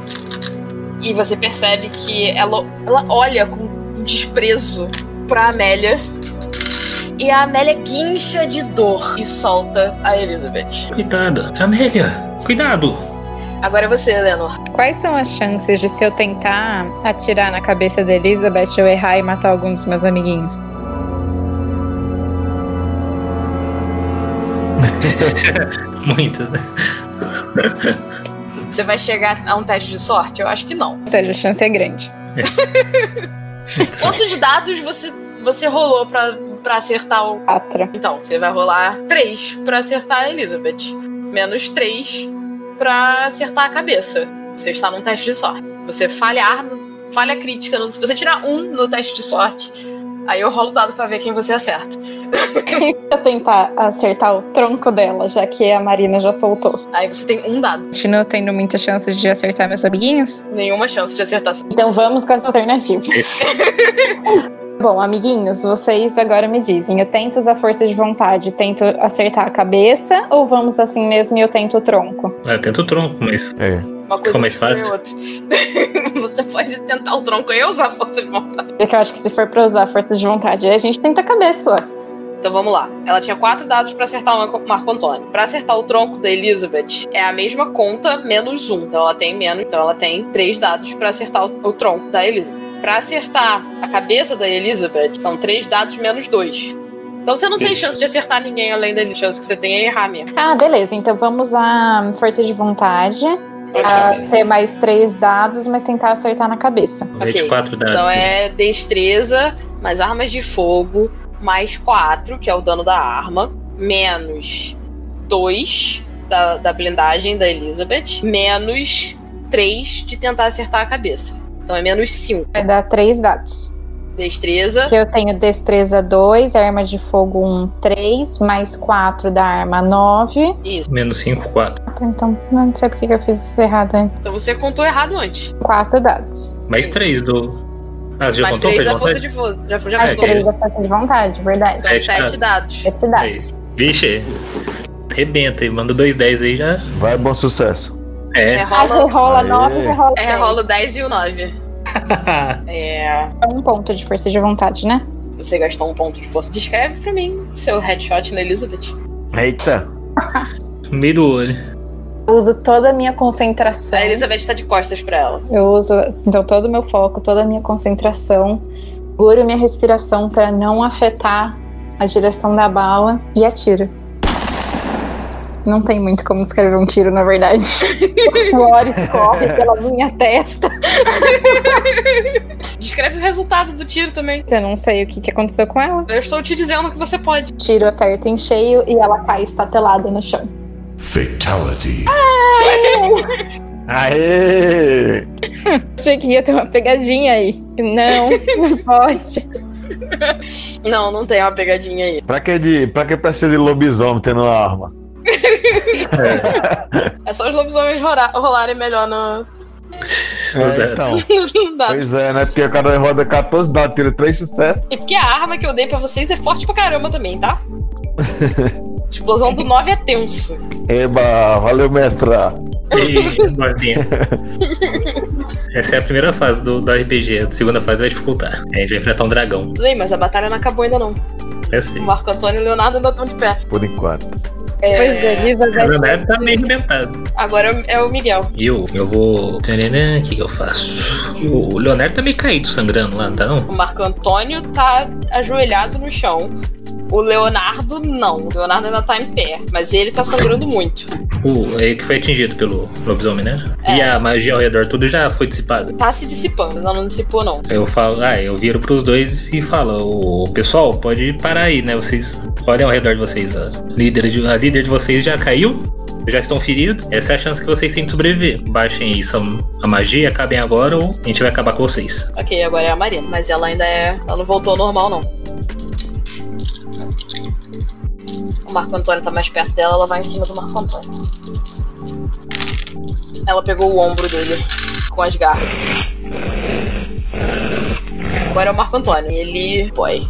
[SPEAKER 2] E você percebe que ela, ela olha com desprezo pra Amélia. E a Amélia guincha de dor e solta a Elizabeth.
[SPEAKER 1] Cuidado. Amélia, cuidado.
[SPEAKER 2] Agora é você, Eleanor.
[SPEAKER 4] Quais são as chances de se eu tentar atirar na cabeça da Elizabeth, eu errar e matar algum dos meus amiguinhos?
[SPEAKER 1] Muito. né?
[SPEAKER 2] Você vai chegar a um teste de sorte? Eu acho que não.
[SPEAKER 4] Ou seja, a chance é grande.
[SPEAKER 2] Quantos dados você, você rolou pra, pra acertar o.
[SPEAKER 4] Atra.
[SPEAKER 2] Então, você vai rolar três pra acertar a Elizabeth. Menos três pra acertar a cabeça. Você está num teste de sorte. Você falhar, falha crítica. no- Se você tirar um no teste de sorte, aí eu rolo o dado pra ver quem você acerta.
[SPEAKER 4] Eu tentar acertar o tronco dela, já que a Marina já soltou.
[SPEAKER 2] Aí você tem um dado.
[SPEAKER 4] Continuo tendo muitas chances de acertar meus amiguinhos?
[SPEAKER 2] Nenhuma chance de acertar.
[SPEAKER 4] Então vamos com essa alternativa. Bom, amiguinhos, vocês agora me dizem, eu tento usar força de vontade, tento acertar a cabeça, ou vamos assim mesmo e eu tento o tronco?
[SPEAKER 1] Ah, tenta o tronco, mas
[SPEAKER 3] É.
[SPEAKER 2] Uma coisa
[SPEAKER 1] Ficou mais
[SPEAKER 2] não
[SPEAKER 1] fácil?
[SPEAKER 2] exclui a outra. você pode tentar o tronco e usar a força de vontade.
[SPEAKER 4] É que eu acho que se for pra usar força de vontade, aí a gente tenta a cabeça, ó.
[SPEAKER 2] Então vamos lá. Ela tinha quatro dados pra acertar o Marco- Marco Antônio. Pra acertar o tronco da Elizabeth é a mesma conta menos um. Então ela tem menos. Então ela tem três dados pra acertar o, o tronco da Elizabeth. Pra acertar a cabeça da Elizabeth são três dados menos dois. Então você não tem
[SPEAKER 1] Isso.
[SPEAKER 2] chance de acertar ninguém além da chance que você tem é errar mesmo.
[SPEAKER 4] Ah, beleza, então vamos usar força de vontade,
[SPEAKER 1] Ah,
[SPEAKER 4] a ter mais três dados, mas tentar acertar na cabeça.
[SPEAKER 1] 24 dados.
[SPEAKER 2] Então é destreza, mais armas de fogo, mais 4, que é o dano da arma, menos 2 da, da blindagem da Elizabeth, menos 3 de tentar acertar a cabeça. Então é menos 5.
[SPEAKER 4] Vai dar três dados.
[SPEAKER 2] Destreza,
[SPEAKER 4] Que eu tenho destreza 2, arma de fogo 1, 3, mais 4 da arma 9.
[SPEAKER 2] isso.
[SPEAKER 1] Menos 5, 4.
[SPEAKER 4] Então, eu não sei porque que eu fiz isso errado, hein?
[SPEAKER 2] Então você contou errado antes.
[SPEAKER 4] 4 dados.
[SPEAKER 1] Mais
[SPEAKER 2] Isso.
[SPEAKER 1] 3 do. Ah, você já
[SPEAKER 2] Mais
[SPEAKER 1] contou
[SPEAKER 2] 3 da
[SPEAKER 1] pra
[SPEAKER 2] força
[SPEAKER 1] vontade?
[SPEAKER 2] de fogo. Já, já
[SPEAKER 4] Mais
[SPEAKER 1] Mas
[SPEAKER 2] contou.
[SPEAKER 4] 3
[SPEAKER 1] três.
[SPEAKER 4] da força de vontade, verdade.
[SPEAKER 2] São
[SPEAKER 1] Sete
[SPEAKER 2] 7
[SPEAKER 1] dados.
[SPEAKER 2] dados.
[SPEAKER 4] 7
[SPEAKER 1] É
[SPEAKER 4] dados.
[SPEAKER 1] isso. Vixe, arrebenta aí, manda dois 10 aí já.
[SPEAKER 3] Vai, bom sucesso.
[SPEAKER 2] É,
[SPEAKER 1] É.
[SPEAKER 4] Aí tu
[SPEAKER 2] rola,
[SPEAKER 4] rola
[SPEAKER 3] Aê.
[SPEAKER 4] 9, tu rola
[SPEAKER 2] é, rola o 10 e o 9. É.
[SPEAKER 4] dez. É um ponto de força de vontade, né?
[SPEAKER 2] Você gastou um ponto de força. Descreve pra mim seu headshot na Elizabeth.
[SPEAKER 3] Eita.
[SPEAKER 1] no meio do olho.
[SPEAKER 4] Eu uso toda a minha concentração.
[SPEAKER 2] A Elizabeth tá de costas pra ela.
[SPEAKER 4] Eu uso, então, todo o meu foco, toda a minha concentração. Seguro minha respiração pra não afetar a direção da bala e atiro. Não tem muito como descrever um tiro, na verdade. O suor escorre pela minha testa.
[SPEAKER 2] Descreve o resultado do tiro também.
[SPEAKER 4] Eu não sei o que, que aconteceu com ela.
[SPEAKER 2] Eu estou te dizendo que você pode.
[SPEAKER 4] Tiro acerta em cheio e ela cai estatelada no chão.
[SPEAKER 5] Fatality.
[SPEAKER 3] Aê!
[SPEAKER 4] Achei que ia ter uma pegadinha aí. Não, não pode.
[SPEAKER 2] Não, não tem uma pegadinha aí.
[SPEAKER 3] Pra que, de, pra que precisa de lobisomem tendo uma arma?
[SPEAKER 2] É só os lobisomens rora- rolarem melhor no,
[SPEAKER 3] É, então.
[SPEAKER 2] Não dá.
[SPEAKER 3] Pois é, né? Porque o cara roda 14 dados, tira 3 sucessos.
[SPEAKER 2] E porque a arma que eu dei pra vocês é forte pra caramba também, tá? Explosão do 9 é tenso.
[SPEAKER 3] Eba, valeu, mestra.
[SPEAKER 1] E boazinha. Essa é a primeira fase do, da RPG. A segunda fase vai dificultar. A gente vai enfrentar um dragão. É assim.
[SPEAKER 2] Tudo bem, mas a batalha não acabou ainda não.
[SPEAKER 1] Eu sei.
[SPEAKER 2] O Marco Antônio e o Leonardo ainda estão de pé.
[SPEAKER 3] Por enquanto.
[SPEAKER 2] É,
[SPEAKER 4] Pois é,
[SPEAKER 1] O
[SPEAKER 4] Lisa
[SPEAKER 1] Leonardo
[SPEAKER 4] vai
[SPEAKER 1] tá meio arrebentado.
[SPEAKER 2] Agora é o Miguel.
[SPEAKER 1] E eu, eu vou. Tarará, O que, que eu faço? O Leonardo tá meio caído, sangrando lá, não tá não?
[SPEAKER 2] O Marco Antônio tá ajoelhado no chão. O Leonardo não. O Leonardo ainda tá em pé. Mas ele tá sangrando muito.
[SPEAKER 1] O, é ele que foi atingido pelo lobisomem, né?
[SPEAKER 2] É.
[SPEAKER 1] E a magia ao redor tudo já foi dissipada.
[SPEAKER 2] Tá se dissipando, ainda não dissipou, não.
[SPEAKER 1] Eu falo, ah, eu viro pros dois e falo, o pessoal, pode parar aí, né? Vocês olhem ao redor de vocês. A líder de, a líder de vocês já caiu, já estão feridos. Essa é a chance que vocês têm de sobreviver. Baixem isso, a magia, acabem agora ou a gente vai acabar com vocês.
[SPEAKER 2] Ok, agora é a Marina, mas ela ainda é. Ela não voltou ao normal, não. O Marco Antônio tá mais perto dela, ela vai em cima do Marco Antônio. Ela pegou o ombro dele com as garras. Agora é o Marco Antônio. Ele. Boy.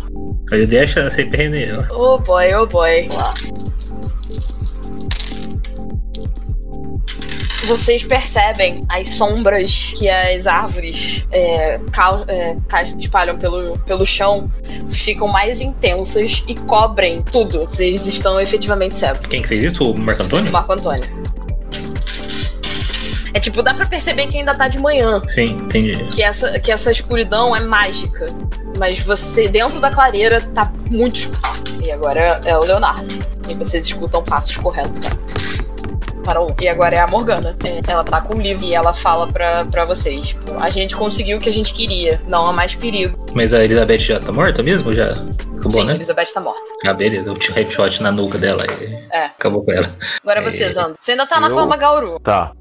[SPEAKER 1] Aí eu dei a chance aí pra René, ó.
[SPEAKER 2] Oh boy, oh boy. Vamos lá. Vocês percebem as sombras que as árvores é, cau- é, ca- espalham pelo, pelo chão ficam mais intensas e cobrem tudo. Vocês estão efetivamente cegos.
[SPEAKER 1] Quem que fez isso? O Marco Antônio?
[SPEAKER 2] Marco Antônio. É tipo, dá pra perceber que ainda tá de manhã
[SPEAKER 1] Sim, entendi.
[SPEAKER 2] que essa, que essa escuridão é mágica. Mas você, dentro da clareira, tá muito escuro. E agora é o Leonardo. E vocês escutam passos correndo. Parou. E agora é a Morgana. É, Ela tá com o livro e ela fala pra, pra vocês: tipo, a gente conseguiu o que a gente queria. Não há mais perigo.
[SPEAKER 1] Mas a Elizabeth já tá morta mesmo? Já acabou,
[SPEAKER 2] Sim,
[SPEAKER 1] né?
[SPEAKER 2] Elizabeth tá morta.
[SPEAKER 1] Ah, beleza. Eu tinha um headshot na nuca dela e
[SPEAKER 2] É.
[SPEAKER 1] acabou com ela.
[SPEAKER 2] Agora
[SPEAKER 1] É.
[SPEAKER 2] vocês, Andam. Você ainda tá na
[SPEAKER 3] Eu-
[SPEAKER 2] forma Gauru.
[SPEAKER 3] Tá,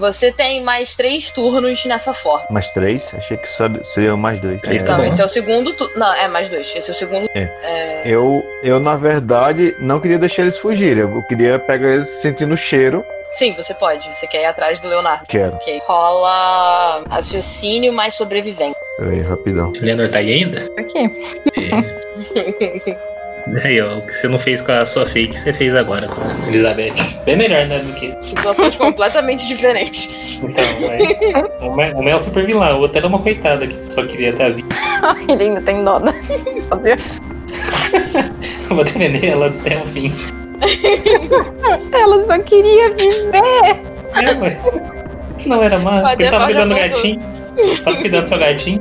[SPEAKER 2] Você tem mais três turnos nessa forma.
[SPEAKER 3] mais três. Achei que só seriam mais dois.
[SPEAKER 1] Três
[SPEAKER 3] É,
[SPEAKER 1] tá
[SPEAKER 2] Então,
[SPEAKER 1] bom.
[SPEAKER 2] esse é o segundo turno. Não, é mais dois. Esse é o segundo.
[SPEAKER 3] Eu, eu, na verdade, não queria deixar eles fugirem. Eu queria pegar eles sentindo o cheiro.
[SPEAKER 2] Sim, você pode. Você quer ir atrás do Leonardo.
[SPEAKER 3] Quero.
[SPEAKER 2] Ok, rola raciocínio mais sobrevivência.
[SPEAKER 3] Peraí, rapidão.
[SPEAKER 1] Leonor tá aí ainda?
[SPEAKER 4] aqui.
[SPEAKER 1] É. Aí, ó, o que você não fez com a sua fake, você fez agora com a Elizabeth. Bem melhor, né, do que.
[SPEAKER 2] Situações completamente diferentes.
[SPEAKER 1] Então, mas. Uma, uma é o super vilão, a outra era uma coitada que só queria estar viva.
[SPEAKER 4] Ai, ele ainda tem dó né? da Fodeu.
[SPEAKER 1] Eu Vou defender ela até o fim.
[SPEAKER 4] Ela só queria viver.
[SPEAKER 1] É, mas... Não era má,
[SPEAKER 2] Pode
[SPEAKER 1] porque tava
[SPEAKER 2] levar,
[SPEAKER 1] cuidando do
[SPEAKER 2] já voltou.
[SPEAKER 1] gatinho. Tava cuidando do seu gatinho.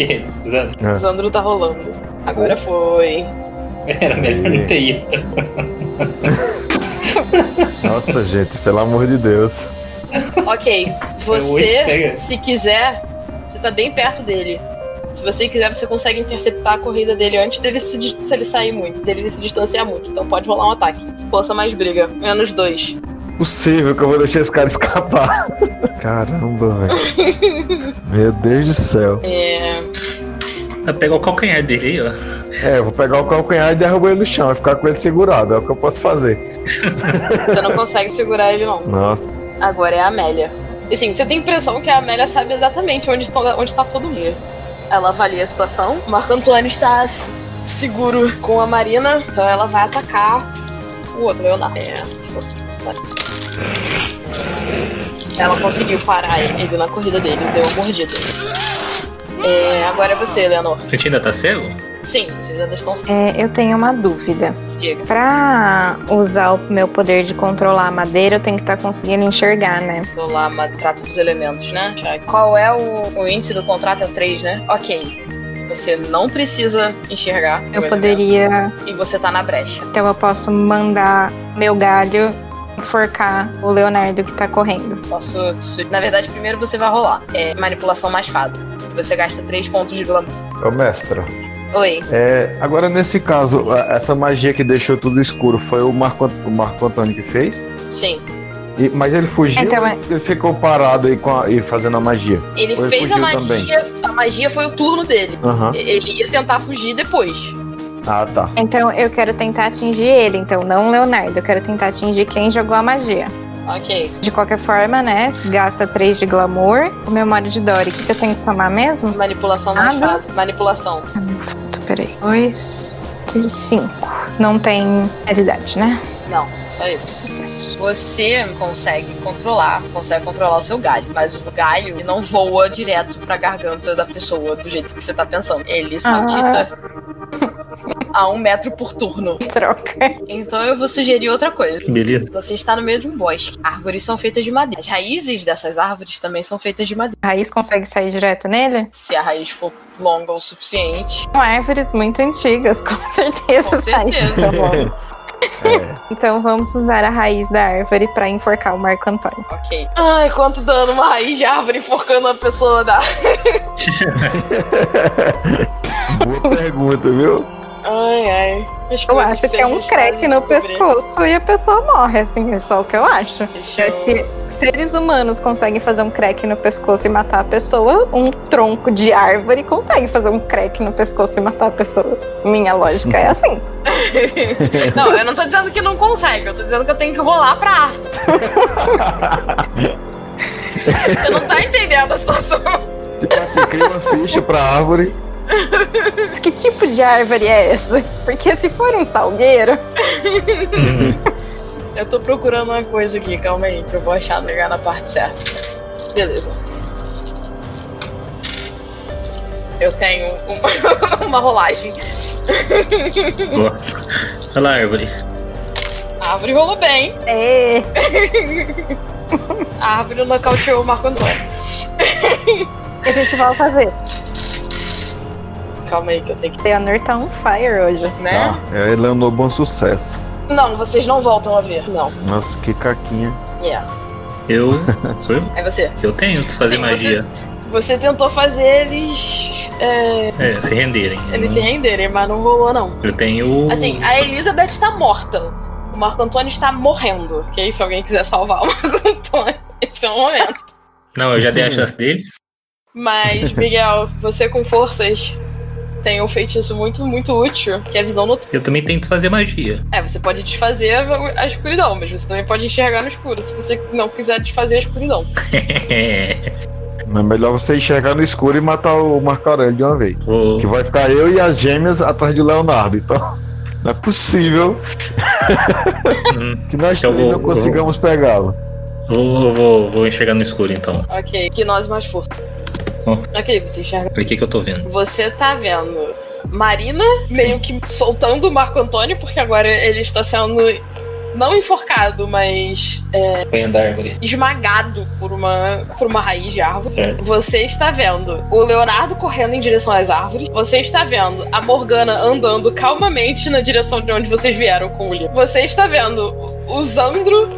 [SPEAKER 1] E, Zan,
[SPEAKER 2] Sandro tá rolando. Agora foi.
[SPEAKER 1] Era melhor não ter ido.
[SPEAKER 3] Nossa, gente, pelo amor de Deus.
[SPEAKER 1] oito,
[SPEAKER 2] Ok,
[SPEAKER 1] pega.
[SPEAKER 2] você, se quiser, você tá bem perto dele. Se você quiser, você consegue interceptar a corrida dele antes dele se, di- se ele sair muito, dele se distanciar muito. Então pode rolar um ataque. Força mais briga. Menos dois.
[SPEAKER 3] Possível que eu vou deixar esse cara escapar. Caramba, velho. Meu Deus do céu.
[SPEAKER 2] É,
[SPEAKER 1] Vai pegar o calcanhar dele aí, ó.
[SPEAKER 3] É, eu vou pegar o calcanhar e derrubar ele no chão. Vai ficar com ele segurado. É o que eu posso fazer.
[SPEAKER 2] Você não consegue segurar ele, não.
[SPEAKER 3] Nossa.
[SPEAKER 2] Agora é a Amélia. E sim, você tem a impressão que a Amélia sabe exatamente onde, to- onde tá todo mundo. Ela avalia a situação. O Marco Antônio está s- seguro com a Marina, então ela vai atacar o outro, Leonardo. É. Ela conseguiu parar ele na corrida dele, deu uma mordida. É, agora é você, Leonor.
[SPEAKER 1] A gente ainda tá cego?
[SPEAKER 2] Sim, vocês ainda estão
[SPEAKER 4] É, eu tenho uma dúvida.
[SPEAKER 2] diga.
[SPEAKER 4] Pra usar o meu poder de controlar a madeira, eu tenho que estar conseguindo enxergar, né?
[SPEAKER 2] Tô lá, ma- trato dos elementos, né? Check. Qual é o, o índice do contrato? É o 3, né? Ok. Você não precisa enxergar. o
[SPEAKER 4] Eu
[SPEAKER 2] elemento.
[SPEAKER 4] poderia.
[SPEAKER 2] E você tá na brecha.
[SPEAKER 4] Então eu posso mandar meu galho enforcar o Leonardo que tá correndo.
[SPEAKER 2] Posso. su- Na verdade, primeiro você vai rolar. É manipulação mais fada. Você gasta 3 pontos de glamour.
[SPEAKER 3] Ô, mestra.
[SPEAKER 2] Oi.
[SPEAKER 3] É, agora, nesse caso, a- essa magia que deixou tudo escuro foi o Marco, o Marco Antônio que fez?
[SPEAKER 2] Sim.
[SPEAKER 3] E- mas ele fugiu
[SPEAKER 4] Então,
[SPEAKER 3] ou
[SPEAKER 4] é-
[SPEAKER 3] ele ficou parado aí com a- e fazendo a magia?
[SPEAKER 2] Ele
[SPEAKER 3] Ou ele
[SPEAKER 2] fez a
[SPEAKER 3] fugiu
[SPEAKER 2] magia. A magia foi o turno dele.
[SPEAKER 3] Aham.
[SPEAKER 2] E- Ele ia tentar fugir depois.
[SPEAKER 3] Ah, tá.
[SPEAKER 4] Então eu quero tentar atingir ele, então não o Leonardo. Eu quero tentar atingir quem jogou a magia.
[SPEAKER 2] Ok.
[SPEAKER 4] De qualquer forma, né? Gasta 3 de glamour. O memória de Dory. O que, que eu tenho que tomar mesmo?
[SPEAKER 2] Manipulação
[SPEAKER 4] Ah,
[SPEAKER 2] mais
[SPEAKER 4] não.
[SPEAKER 2] fácil. Manipulação.
[SPEAKER 4] Ah, não, falta, Peraí. 2, 5. Não tem realidade, né?
[SPEAKER 2] Não, só isso.
[SPEAKER 4] Sucesso.
[SPEAKER 2] Você consegue controlar, consegue controlar o seu galho, mas o galho ele não voa direto pra garganta da pessoa do jeito que você tá pensando. Ele saltita
[SPEAKER 4] Ah.
[SPEAKER 2] a um metro por turno.
[SPEAKER 4] Troca.
[SPEAKER 2] Então eu vou sugerir outra coisa.
[SPEAKER 1] Beleza.
[SPEAKER 2] Você está no meio de um bosque. Árvores são feitas de madeira. As raízes dessas árvores também são feitas de madeira.
[SPEAKER 4] Raiz consegue sair direto nele?
[SPEAKER 2] Se a raiz for longa o suficiente,
[SPEAKER 4] São árvores muito antigas, com certeza.
[SPEAKER 2] com
[SPEAKER 4] sai.
[SPEAKER 2] certeza.
[SPEAKER 4] É. Então vamos usar a raiz da árvore pra enforcar o Marco Antônio.
[SPEAKER 2] ok. Ai, quanto dano uma raiz de árvore enforcando a pessoa dá.
[SPEAKER 3] Boa pergunta, viu?
[SPEAKER 2] Ai, ai. As
[SPEAKER 4] Eu
[SPEAKER 2] coisas
[SPEAKER 4] acho que é
[SPEAKER 2] a
[SPEAKER 4] um
[SPEAKER 2] gente
[SPEAKER 4] creque
[SPEAKER 2] faz
[SPEAKER 4] no
[SPEAKER 2] descobrir.
[SPEAKER 4] pescoço e a pessoa morre, assim, é só o que eu acho.
[SPEAKER 2] Deixa eu-
[SPEAKER 4] Se seres humanos conseguem fazer um creque no pescoço e matar a pessoa, um tronco de árvore consegue fazer um creque no pescoço e matar a pessoa. Minha lógica é assim.
[SPEAKER 2] Não, eu não tô dizendo que não consegue, eu tô dizendo que eu tenho que rolar pra árvore. Você não tá entendendo a situação.
[SPEAKER 3] Tipo assim, cria uma ficha pra árvore.
[SPEAKER 4] Mas que tipo de árvore é essa? Porque se for um salgueiro,
[SPEAKER 2] Eu tô procurando uma coisa aqui, calma aí, que eu vou achar ligar na parte certa. Beleza. Eu tenho uma, uma rolagem.
[SPEAKER 1] Boa. Olha lá, árvore.
[SPEAKER 2] A árvore rolou bem.
[SPEAKER 4] é.
[SPEAKER 2] A árvore nocauteou o Marco Antônio.
[SPEAKER 4] A gente vai fazer.
[SPEAKER 2] Calma aí que eu tenho
[SPEAKER 4] Leonor tá on fire hoje.
[SPEAKER 2] que. Né?
[SPEAKER 3] É, ele andou bom sucesso.
[SPEAKER 2] Não, vocês não voltam a ver. Não.
[SPEAKER 3] Nossa, que caquinha.
[SPEAKER 2] Yeah.
[SPEAKER 1] Eu. Sou eu?
[SPEAKER 2] É você.
[SPEAKER 1] Que eu tenho que fazer
[SPEAKER 2] Sim,
[SPEAKER 1] magia.
[SPEAKER 2] Você tentou fazer eles. é,
[SPEAKER 1] É, se renderem.
[SPEAKER 2] eles se renderem, mas não rolou, não.
[SPEAKER 1] Eu tenho.
[SPEAKER 2] Assim, a Elizabeth tá morta. O Marco Antônio está morrendo. Ok? Se alguém quiser salvar o Marco Antônio, esse é o momento.
[SPEAKER 1] Não, eu já dei a chance dele.
[SPEAKER 2] Mas, Miguel, você com forças tem um feitiço muito, muito útil, que é a visão noturna.
[SPEAKER 1] Eu também tento fazer magia.
[SPEAKER 2] É, você pode desfazer a, a escuridão, mas você também pode enxergar no escuro, se você não quiser desfazer a escuridão.
[SPEAKER 3] É melhor você enxergar no escuro e matar o Marco Aurélio de uma vez.
[SPEAKER 1] Vou.
[SPEAKER 3] Que vai ficar eu e as gêmeas atrás de Leonardo. Então, não é possível
[SPEAKER 1] Hum,
[SPEAKER 3] que nós
[SPEAKER 1] Então
[SPEAKER 3] três
[SPEAKER 1] vou-
[SPEAKER 3] não consigamos pegá-lo.
[SPEAKER 1] Vou, vou, vou enxergar no escuro então.
[SPEAKER 2] Ok, gnose mais força.
[SPEAKER 1] Bom.
[SPEAKER 2] Ok, você enxerga.
[SPEAKER 1] O que, que eu tô vendo?
[SPEAKER 2] Você tá vendo Marina meio que soltando o Marco Antônio, porque agora ele está sendo não enforcado, mas
[SPEAKER 1] Banho da árvore.
[SPEAKER 2] esmagado por uma, por uma raiz de árvore.
[SPEAKER 1] Certo.
[SPEAKER 2] Você está vendo o Leonardo correndo em direção às árvores. Você está vendo a Morgana andando calmamente na direção de onde vocês vieram com o livro. Você está vendo o Zandro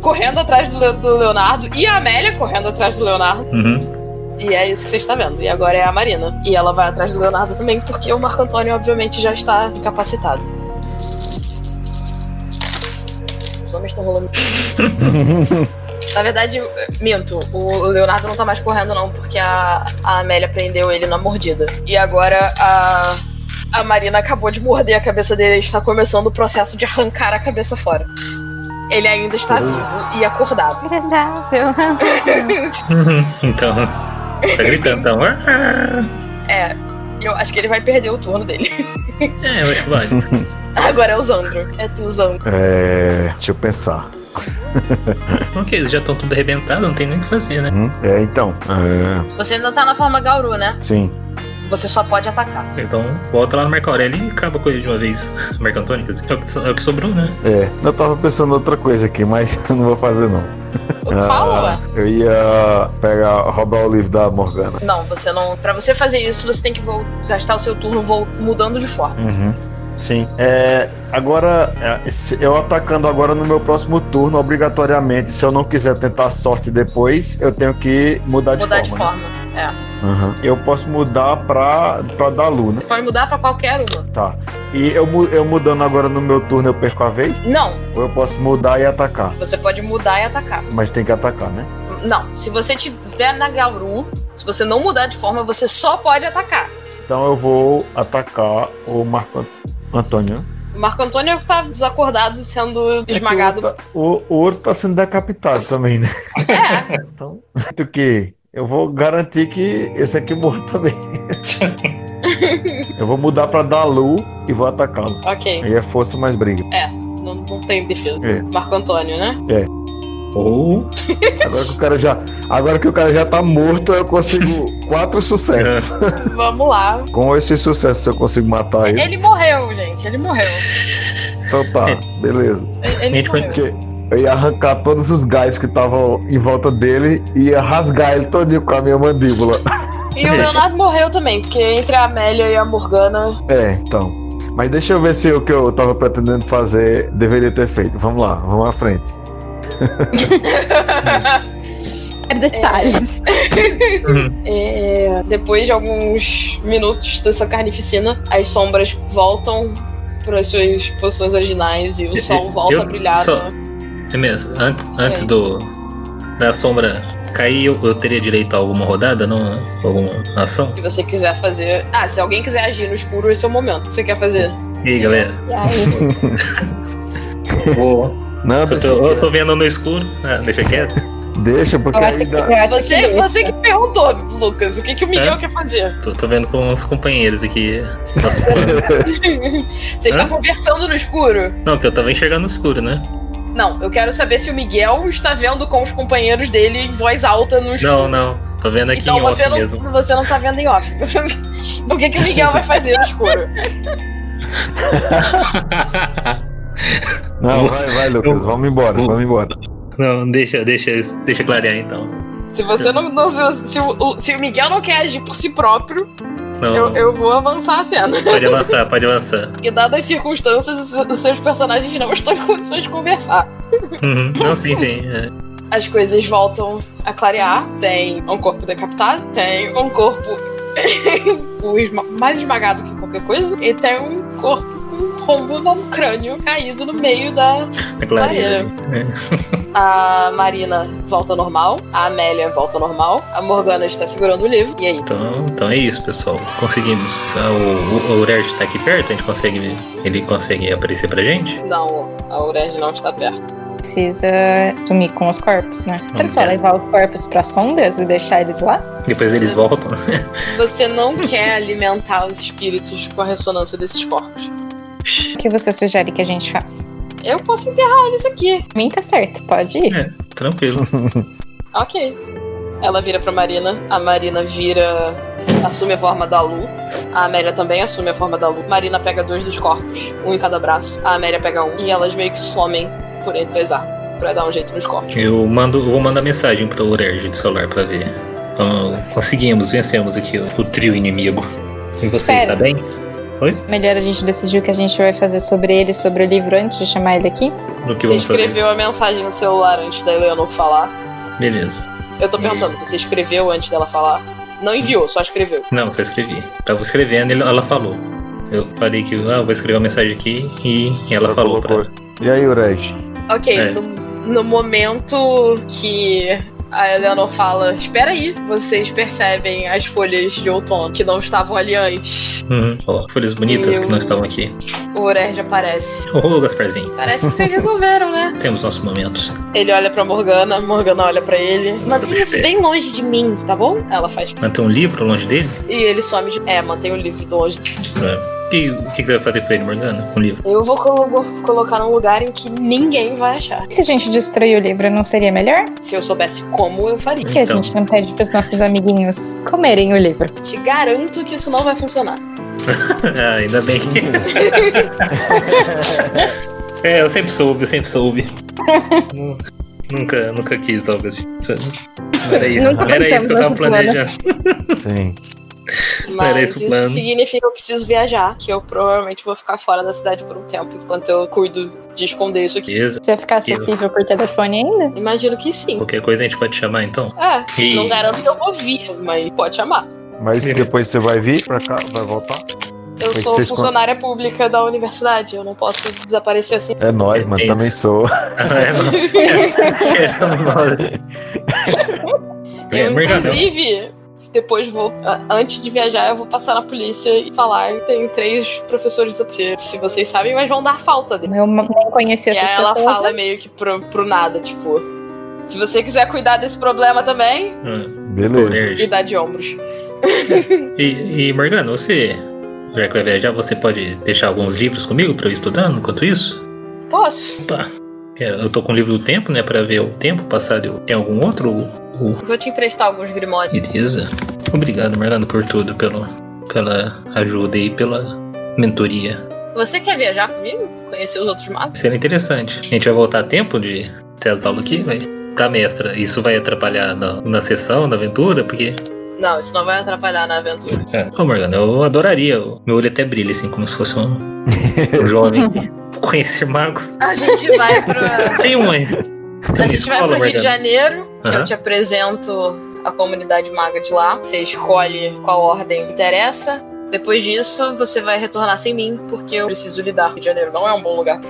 [SPEAKER 2] correndo atrás do, Le- do Leonardo e a Amélia correndo atrás do Leonardo.
[SPEAKER 1] Uhum.
[SPEAKER 2] E é isso que você está vendo. E agora é a Marina. E ela vai atrás do Leonardo também, porque o Marco Antônio, obviamente, já está incapacitado. Os homens estão rolando. Na verdade, eu- minto. O Leonardo não tá mais correndo, não, porque a, a Amélia prendeu ele na mordida. E agora a. A Marina acabou de morder a cabeça dele e está começando o processo de arrancar a cabeça fora. Ele ainda está vivo e acordado.
[SPEAKER 4] Agradável.
[SPEAKER 1] então. Tá gritando então. Ah!
[SPEAKER 2] É, eu acho que ele vai perder o turno dele.
[SPEAKER 1] É, eu acho que vale.
[SPEAKER 2] Agora é o Zandro. É tu, Zandro.
[SPEAKER 3] É. Deixa eu pensar.
[SPEAKER 1] Ok, eles já estão tudo arrebentados, não tem nem o que fazer, né?
[SPEAKER 3] Hum? É, então. É,
[SPEAKER 2] Você ainda tá na forma Gauru, né?
[SPEAKER 3] sim.
[SPEAKER 2] Você só pode atacar.
[SPEAKER 1] Então volta lá no Marco Aurélio e acaba com ele de uma vez. Marco Antônio, quer dizer, é o que so- é o que sobrou, né?
[SPEAKER 3] É. Eu tava pensando em outra coisa aqui, mas eu não vou fazer não. Ah,
[SPEAKER 2] Fala, ué.
[SPEAKER 3] Eu ia pegar, roubar o livro da Morgana.
[SPEAKER 2] Não, você não. Pra você fazer isso, você tem que vol- gastar o seu turno vol- mudando de forma.
[SPEAKER 3] Uhum. Sim. É, agora, é, se- eu atacando agora no meu próximo turno, obrigatoriamente, se eu não quiser tentar a sorte depois, eu tenho que mudar de
[SPEAKER 2] mudar de
[SPEAKER 3] forma.
[SPEAKER 2] forma. É.
[SPEAKER 3] Aham. Eu posso mudar pra, pra dar luna.
[SPEAKER 2] Você pode mudar pra qualquer uma.
[SPEAKER 3] Tá. E eu, mu- eu mudando agora no meu turno, eu perco a vez?
[SPEAKER 2] Não,
[SPEAKER 3] Ou eu posso mudar e atacar?
[SPEAKER 2] você pode mudar e atacar.
[SPEAKER 3] Mas tem que atacar, né?
[SPEAKER 2] Não, se você tiver na Gauru, se você não mudar de forma, você só pode atacar.
[SPEAKER 3] Então eu vou atacar o Marco Antônio.
[SPEAKER 2] Marco Antônio é o que tá desacordado sendo esmagado.
[SPEAKER 3] É que O, outro tá- o- o outro tá sendo decapitado também, né?
[SPEAKER 2] É,
[SPEAKER 3] Então, do que eu vou garantir que esse aqui morre também. eu vou mudar pra Dalu e vou atacá-lo.
[SPEAKER 2] ok.
[SPEAKER 3] Aí é força mais briga.
[SPEAKER 2] Não, não tem defesa.
[SPEAKER 3] É.
[SPEAKER 2] Marco Antônio, né?
[SPEAKER 1] Ou.
[SPEAKER 3] Agora que o cara já, agora que o cara já tá morto, eu consigo quatro
[SPEAKER 1] É.
[SPEAKER 3] sucessos.
[SPEAKER 2] Vamos lá.
[SPEAKER 3] Com esses sucessos eu consigo matar É. ele.
[SPEAKER 2] Ele morreu, gente. Ele morreu.
[SPEAKER 3] Então tá, beleza.
[SPEAKER 2] Ele
[SPEAKER 1] Gente,
[SPEAKER 2] morreu.
[SPEAKER 3] Porque eu ia arrancar todos os gás que estavam em volta dele e ia rasgar ele todinho com a minha mandíbula.
[SPEAKER 1] É.
[SPEAKER 2] E o Leonardo morreu também, porque entre a Amélia e a Morgana.
[SPEAKER 3] É, então. Mas deixa eu ver se o que eu tava pretendendo fazer deveria ter feito. Vamos lá, vamos à frente.
[SPEAKER 4] Detalhes.
[SPEAKER 2] É, depois de alguns minutos dessa carnificina, as sombras voltam para as suas posições originais e o sol
[SPEAKER 1] eu-
[SPEAKER 2] volta
[SPEAKER 1] eu-
[SPEAKER 2] a brilhar.
[SPEAKER 1] só-
[SPEAKER 2] né?
[SPEAKER 1] É mesmo. Antes, antes
[SPEAKER 2] É.
[SPEAKER 1] do. Da sombra cair, eu, eu teria direito a alguma rodada, não? Alguma ação?
[SPEAKER 2] Se você quiser fazer. Ah, se alguém quiser agir no escuro, esse é o momento. O que você quer fazer?
[SPEAKER 1] E aí, galera?
[SPEAKER 4] E aí?
[SPEAKER 1] Vou.
[SPEAKER 3] Não,
[SPEAKER 1] Eu
[SPEAKER 3] deixa,
[SPEAKER 1] tô, eu tô vendo no escuro. Ah, deixa quieto.
[SPEAKER 3] deixa, porque
[SPEAKER 4] Eu acho que, é.
[SPEAKER 3] ainda.
[SPEAKER 4] eu acho que
[SPEAKER 2] Você,
[SPEAKER 4] deixa.
[SPEAKER 2] você que perguntou, Lucas, o que, que o Miguel
[SPEAKER 1] É?
[SPEAKER 2] quer fazer?
[SPEAKER 1] Tô, tô vendo com os companheiros aqui. Nossa,
[SPEAKER 2] Vocês
[SPEAKER 1] É. Hã?
[SPEAKER 2] estão conversando no escuro?
[SPEAKER 1] não, que eu tava enxergando no escuro, né?
[SPEAKER 2] Não, eu quero saber se o Miguel está vendo com os companheiros dele em voz alta no escuro.
[SPEAKER 1] Não, não. Tô vendo aqui
[SPEAKER 2] Então
[SPEAKER 1] em
[SPEAKER 2] você
[SPEAKER 1] off
[SPEAKER 2] não,
[SPEAKER 1] mesmo.
[SPEAKER 2] você não tá vendo em off. o que, que o Miguel vai fazer no escuro?
[SPEAKER 3] Não, vai, vai, Lucas,
[SPEAKER 1] Eu-
[SPEAKER 3] vamos embora,
[SPEAKER 1] eu-
[SPEAKER 3] vamos embora.
[SPEAKER 1] não, deixa, deixa, deixa clarear então.
[SPEAKER 2] Se você não. não- se, se o, se o Miguel não quer agir por si próprio,
[SPEAKER 1] Não,
[SPEAKER 2] eu, eu vou avançar a cena.
[SPEAKER 1] Pode avançar, pode avançar.
[SPEAKER 2] Porque, dadas as circunstâncias, os- os seus personagens não estão em condições de conversar.
[SPEAKER 1] Uhum. Não, sim, sim. é.
[SPEAKER 2] As coisas voltam a clarear. Tem um corpo decapitado, tem um corpo o esma- mais esmagado que qualquer coisa, e tem um corpo com um rombo no crânio caído no meio da
[SPEAKER 1] É clareira.
[SPEAKER 2] A Marina volta ao normal, a Amélia volta ao normal, a Morgana está segurando o livro. E aí?
[SPEAKER 1] Então, então é isso, pessoal. Conseguimos. Ah, O, o, o Urerd tá aqui perto, a gente consegue. Ele consegue aparecer pra gente?
[SPEAKER 2] Não, a Aurélio não está perto.
[SPEAKER 4] Precisa sumir com os corpos, né?
[SPEAKER 1] Não
[SPEAKER 4] Precisa só
[SPEAKER 1] quero.
[SPEAKER 4] levar os corpos pra sombras e deixar eles lá?
[SPEAKER 1] Depois eles voltam.
[SPEAKER 2] Você não quer alimentar os espíritos com a ressonância desses corpos.
[SPEAKER 4] O que você sugere que a gente faça?
[SPEAKER 2] Eu posso enterrar eles aqui.
[SPEAKER 4] Pra mim tá certo, pode ir.
[SPEAKER 1] Tranquilo.
[SPEAKER 2] Ok. Ela vira pra Marina, a Marina vira. assume a forma da Lu. A Amélia também assume a forma da Lu. Marina pega dois dos corpos, um em cada braço. A Amélia pega um. E elas meio que somem por entre as árvores pra dar um jeito nos corpos.
[SPEAKER 1] Eu mando, vou mandar mensagem pro Urerd de solar pra ver. Então, conseguimos, vencemos aqui o, o trio inimigo. E você
[SPEAKER 4] Pera.
[SPEAKER 1] está bem?
[SPEAKER 4] Melhor a gente decidir o que a gente vai fazer sobre ele, sobre o livro, antes de chamar ele aqui.
[SPEAKER 1] No que
[SPEAKER 2] Você
[SPEAKER 1] vamos fazer?
[SPEAKER 2] escreveu a mensagem no celular antes da Eleanor falar.
[SPEAKER 1] Beleza.
[SPEAKER 2] Eu tô perguntando, você escreveu antes dela falar? Não enviou, só escreveu.
[SPEAKER 1] Não, só escrevi. Tava escrevendo e ela falou. Eu falei que ah, eu vou escrever uma mensagem aqui e ela
[SPEAKER 3] Só
[SPEAKER 1] falou.
[SPEAKER 3] colocou.
[SPEAKER 1] pra-
[SPEAKER 3] E aí, Urete?
[SPEAKER 2] Ok,
[SPEAKER 1] É.
[SPEAKER 2] no, no momento que a Eleanor fala, espera aí, vocês percebem as folhas de outono que não estavam ali antes.
[SPEAKER 1] Uhum. Ó, folhas bonitas
[SPEAKER 2] Eu-
[SPEAKER 1] que não estavam aqui.
[SPEAKER 2] O Urerd aparece.
[SPEAKER 1] Ô, Gasparzinho,
[SPEAKER 2] Parece que vocês resolveram, né?
[SPEAKER 1] temos nossos momentos.
[SPEAKER 2] Ele olha pra Morgana, Morgana olha pra ele. Mantenha isso
[SPEAKER 1] bem.
[SPEAKER 2] bem longe de mim, tá bom? Ela faz.
[SPEAKER 1] Manter um livro longe dele?
[SPEAKER 2] E ele some de. É, mantém o livro longe.
[SPEAKER 1] É. O que, o que que vai fazer pra ele, Morgana? Um livro?
[SPEAKER 2] Eu vou colo- colocar num lugar em que ninguém vai achar.
[SPEAKER 4] E se a gente destruir o livro, não seria melhor?
[SPEAKER 2] Se eu soubesse como, eu faria.
[SPEAKER 4] Por que a
[SPEAKER 1] Então.
[SPEAKER 4] gente não pede pros nossos amiguinhos comerem o livro?
[SPEAKER 2] Te garanto que isso não vai funcionar.
[SPEAKER 1] ah, ainda bem que. é, eu sempre soube, eu sempre soube. Nu- nunca, nunca quis algo assim. sabe? Não era isso,
[SPEAKER 4] Nunca
[SPEAKER 1] não era isso que eu tava
[SPEAKER 4] pensamos nessa
[SPEAKER 1] planejando.
[SPEAKER 3] Sim.
[SPEAKER 1] Era
[SPEAKER 2] Mas
[SPEAKER 1] esse o
[SPEAKER 2] isso
[SPEAKER 1] plano.
[SPEAKER 2] significa que eu preciso viajar, que eu provavelmente vou ficar fora da cidade por um tempo, enquanto eu cuido de esconder isso aqui.
[SPEAKER 1] Beleza.
[SPEAKER 4] Você ia ficar acessível por telefone ainda?
[SPEAKER 2] Imagino que sim.
[SPEAKER 1] Qualquer coisa a gente pode chamar então?
[SPEAKER 2] É,
[SPEAKER 1] E-
[SPEAKER 2] não garanto que eu vou vir, mas pode chamar.
[SPEAKER 3] Mas depois você vai vir pra cá, vai voltar?
[SPEAKER 2] Eu
[SPEAKER 3] Mas
[SPEAKER 2] sou
[SPEAKER 3] vocês
[SPEAKER 2] funcionária pública da universidade, eu não posso desaparecer assim.
[SPEAKER 3] É nóis, mano,
[SPEAKER 1] Isso.
[SPEAKER 3] também sou.
[SPEAKER 1] é, não. Esquece, não. É,
[SPEAKER 2] eu,
[SPEAKER 1] mercadão.
[SPEAKER 2] inclusive, Depois vou, a- antes de viajar, eu vou passar na polícia e falar. Tem três professores de APC, se vocês sabem, mas vão dar falta dele.
[SPEAKER 4] Eu nem conhecia
[SPEAKER 2] e
[SPEAKER 4] essas
[SPEAKER 2] aí ela
[SPEAKER 4] pessoas. né?
[SPEAKER 2] fala meio que pro, pro nada, tipo. Se você quiser cuidar desse problema também,
[SPEAKER 1] Ah, tô
[SPEAKER 2] me
[SPEAKER 3] Beleza.
[SPEAKER 1] nerd.
[SPEAKER 2] dá de ombros.
[SPEAKER 1] E, e Morgana, você, já que vai viajar, você pode deixar alguns livros comigo pra eu ir estudando enquanto isso?
[SPEAKER 2] Posso?
[SPEAKER 1] Opa! É, Eu tô com o livro do tempo, né? Pra ver o tempo passado. Eu- Tem algum outro?
[SPEAKER 2] Vou te emprestar alguns grimórios.
[SPEAKER 1] Beleza. Obrigado, Morgana, por tudo, pelo, pela ajuda e pela mentoria.
[SPEAKER 2] Você quer viajar comigo? Conhecer os outros mapas?
[SPEAKER 1] Será interessante. A gente vai voltar a tempo de ter as aulas aqui, vai? Pra mestra, isso vai atrapalhar na, na sessão, na aventura, porque.
[SPEAKER 2] Não, isso não vai atrapalhar na aventura.
[SPEAKER 1] É. Ô, Morgana, eu adoraria. eu- Meu olho até brilha, assim, como se fosse um, um jovem. Conhecer magos.
[SPEAKER 2] A gente vai pra.
[SPEAKER 1] Tem um aí. Tem
[SPEAKER 2] A
[SPEAKER 1] uma
[SPEAKER 2] gente vai
[SPEAKER 1] escola,
[SPEAKER 2] pro Rio de
[SPEAKER 1] Morgana.
[SPEAKER 2] Janeiro,
[SPEAKER 1] Aham.
[SPEAKER 2] eu te apresento a comunidade maga de lá. Você escolhe qual ordem interessa. Depois disso, você vai retornar sem mim, porque eu preciso lidar. Rio de Janeiro não é um bom lugar.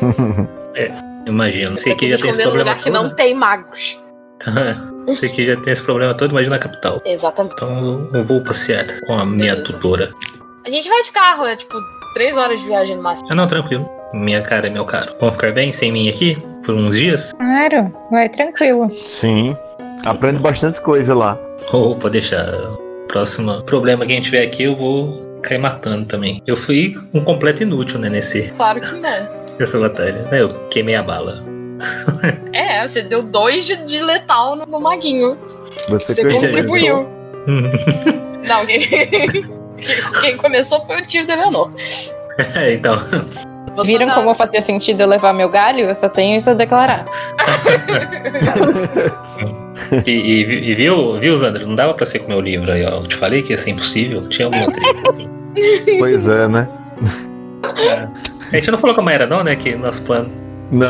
[SPEAKER 1] Imagino. Sei
[SPEAKER 2] Tem
[SPEAKER 1] que
[SPEAKER 2] me
[SPEAKER 1] já tem esse
[SPEAKER 2] esconder num
[SPEAKER 1] problema
[SPEAKER 2] lugar que não
[SPEAKER 1] todo.
[SPEAKER 2] tem magos.
[SPEAKER 1] Então, é, Sei que já tem esse problema todo, imagina a capital.
[SPEAKER 2] Exatamente.
[SPEAKER 1] Então eu vou passear com a minha
[SPEAKER 2] Beleza.
[SPEAKER 1] tutora.
[SPEAKER 2] A gente vai de carro, é tipo três horas de viagem no máximo.
[SPEAKER 1] Ah, não, tranquilo. Minha cara, meu caro. Vão ficar bem sem mim aqui por uns dias?
[SPEAKER 4] Claro, vai tranquilo.
[SPEAKER 3] Sim. Aprende bastante coisa lá.
[SPEAKER 1] Ou pode deixar. Próximo problema que a gente tiver aqui, eu vou cair matando também. Eu fui um completo inútil, né, nesse,
[SPEAKER 2] Claro que não.
[SPEAKER 1] nessa batalha. Né, Eu queimei a bala.
[SPEAKER 2] É, você deu dois de, de letal no, no maguinho.
[SPEAKER 3] Você,
[SPEAKER 2] Você
[SPEAKER 3] que
[SPEAKER 2] contribuiu.
[SPEAKER 1] Hum.
[SPEAKER 2] Não, quem... quem- quem começou foi o tiro de menor.
[SPEAKER 1] É, então.
[SPEAKER 2] Vou só
[SPEAKER 4] Viram
[SPEAKER 2] dar-
[SPEAKER 4] como fazia sentido eu levar meu galho? Eu só tenho isso a declarar.
[SPEAKER 1] E, e vi- e viu, viu, Zandro? Não dava pra ser com meu livro aí, ó. Eu te falei que ia ser impossível. Tinha alguma treta, assim. É,
[SPEAKER 3] Pois é, né?
[SPEAKER 1] A gente não falou com a Mayra, não, né? Que nosso plano.
[SPEAKER 3] Não.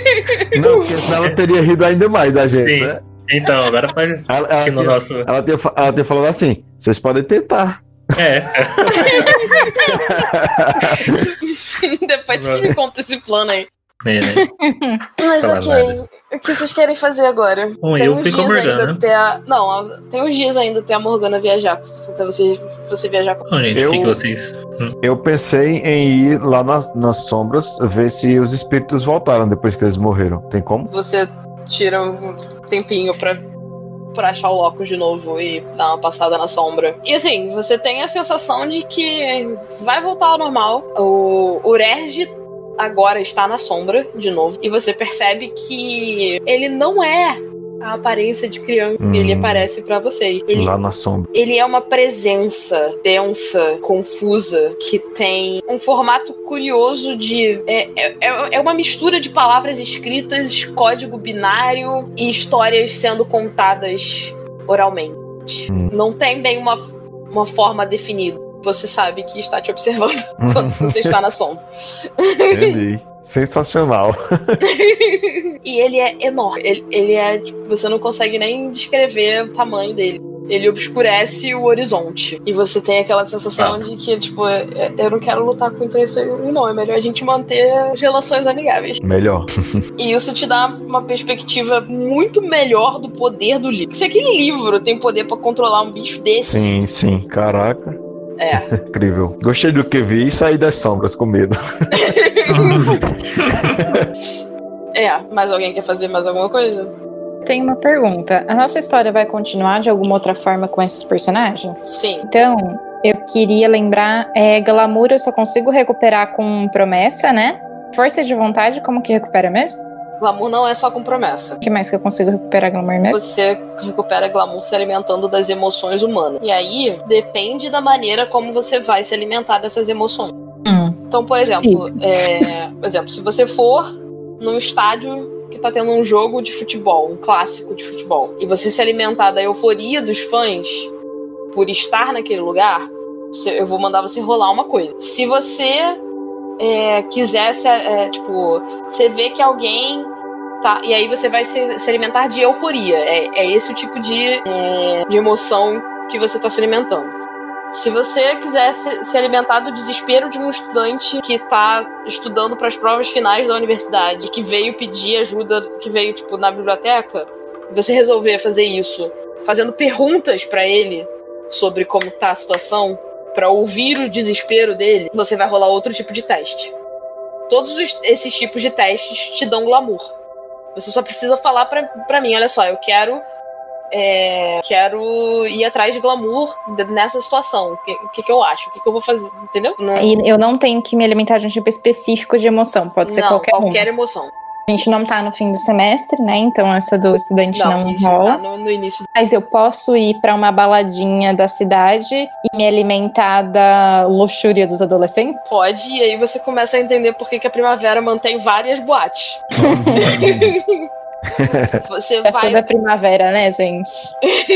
[SPEAKER 3] Não, porque senão ela teria rido ainda mais da gente,
[SPEAKER 1] Sim.
[SPEAKER 3] né?
[SPEAKER 1] Então, agora pode.
[SPEAKER 3] Ela, ela
[SPEAKER 1] Que no
[SPEAKER 3] tinha,
[SPEAKER 1] nosso.
[SPEAKER 3] ela, tinha, fa- ela tinha falado assim: vocês podem tentar.
[SPEAKER 1] É,
[SPEAKER 2] Depois vocês me contam esse plano aí.
[SPEAKER 1] é, né?
[SPEAKER 2] Mas
[SPEAKER 1] Fala
[SPEAKER 2] ok,
[SPEAKER 1] nada.
[SPEAKER 2] o que vocês querem fazer agora?
[SPEAKER 1] Bom,
[SPEAKER 2] tem
[SPEAKER 1] eu
[SPEAKER 2] uns
[SPEAKER 1] fui né?
[SPEAKER 2] dias
[SPEAKER 1] com a
[SPEAKER 2] ainda
[SPEAKER 1] Morgana.
[SPEAKER 2] até a... Não, a- tem uns dias ainda até a Morgana viajar. Até você, você viajar com
[SPEAKER 1] Bom, gente, o que,
[SPEAKER 3] Eu-
[SPEAKER 1] que vocês. Hum,
[SPEAKER 3] Eu pensei em ir lá nas, nas sombras ver se os espíritos voltaram depois que eles morreram. Tem como?
[SPEAKER 2] Você tira um tempinho pra, pra achar o Locus de novo e dar uma passada na sombra. E assim, você tem a sensação de que vai voltar ao normal. O Urerge agora está na sombra de novo. E você percebe que ele não é a aparência de criança que ele
[SPEAKER 3] Hum.
[SPEAKER 2] aparece pra vocês. Ele
[SPEAKER 3] Lá na sombra.
[SPEAKER 2] ele é uma presença densa, confusa, que tem um formato curioso de. É, é- é, é uma mistura de palavras escritas, código binário e histórias sendo contadas oralmente.
[SPEAKER 3] Hum.
[SPEAKER 2] Não tem bem uma, uma forma definida. Você sabe que está te observando quando você está na sombra.
[SPEAKER 3] Entendi. Sensacional.
[SPEAKER 2] E ele é enorme. Ele, ele é. tipo, você não consegue nem descrever o tamanho dele. Ele obscurece o horizonte. E você tem aquela sensação
[SPEAKER 1] Ah.
[SPEAKER 2] de que, tipo, é- é- eu não quero lutar contra isso aí, não. É melhor a gente manter as relações amigáveis.
[SPEAKER 3] Melhor.
[SPEAKER 2] E isso te dá uma perspectiva muito melhor do poder do livro. Se aquele livro tem poder pra controlar um bicho desse,
[SPEAKER 3] Sim, sim. Caraca.
[SPEAKER 2] É.
[SPEAKER 3] Incrível. Gostei do que vi e saí das sombras com medo.
[SPEAKER 2] é. Mas alguém quer fazer mais alguma coisa?
[SPEAKER 4] Tem uma pergunta. A nossa história vai continuar de alguma outra forma com esses personagens?
[SPEAKER 2] Sim.
[SPEAKER 4] Então, eu queria lembrar, é, glamour eu só consigo recuperar com promessa, né? Força de vontade, como que recupera mesmo?
[SPEAKER 2] Glamour não é só com promessa.
[SPEAKER 4] O que mais que eu consigo recuperar glamour mesmo?
[SPEAKER 2] Você recupera glamour se alimentando das emoções humanas. E aí, depende da maneira como você vai se alimentar dessas emoções.
[SPEAKER 4] Hum,
[SPEAKER 2] Então, por exemplo, é, por exemplo, se você for num estádio que tá tendo um jogo de futebol, um clássico de futebol, e você se alimentar da euforia dos fãs por estar naquele lugar, você- eu vou mandar você rolar uma coisa. Se você é, quisesse, é, tipo, você vê que alguém tá, e aí você vai se, se alimentar de euforia. É, é esse o tipo de, é, de emoção que você tá se alimentando. Se você quiser se, se alimentar do desespero de um estudante que tá estudando para as provas finais da universidade, que veio pedir ajuda, que veio tipo na biblioteca, e você resolver fazer isso, fazendo perguntas para ele sobre como tá a situação, pra ouvir o desespero dele, você vai rolar outro tipo de teste. Todos os- esses tipos de testes te dão glamour. Você só precisa falar pra, pra mim, olha só, eu quero. é, quero ir atrás de glamour de- nessa situação. O que, o que, que eu acho? O que, que eu vou fazer? Entendeu? Não-
[SPEAKER 4] E eu não tenho que me alimentar de um tipo específico de emoção, pode ser
[SPEAKER 2] não,
[SPEAKER 4] qualquer, um.
[SPEAKER 2] emoção.
[SPEAKER 4] A gente não tá no fim do semestre, né? Então essa do estudante não,
[SPEAKER 2] isso
[SPEAKER 4] rola.
[SPEAKER 2] tá no, no início.
[SPEAKER 4] Mas eu posso ir pra uma baladinha da cidade e me alimentar da luxúria dos adolescentes?
[SPEAKER 2] Pode, e aí você começa a entender por que, que a primavera mantém várias boates. Você
[SPEAKER 4] Pra ser
[SPEAKER 2] vai
[SPEAKER 4] da É primavera, né, gente?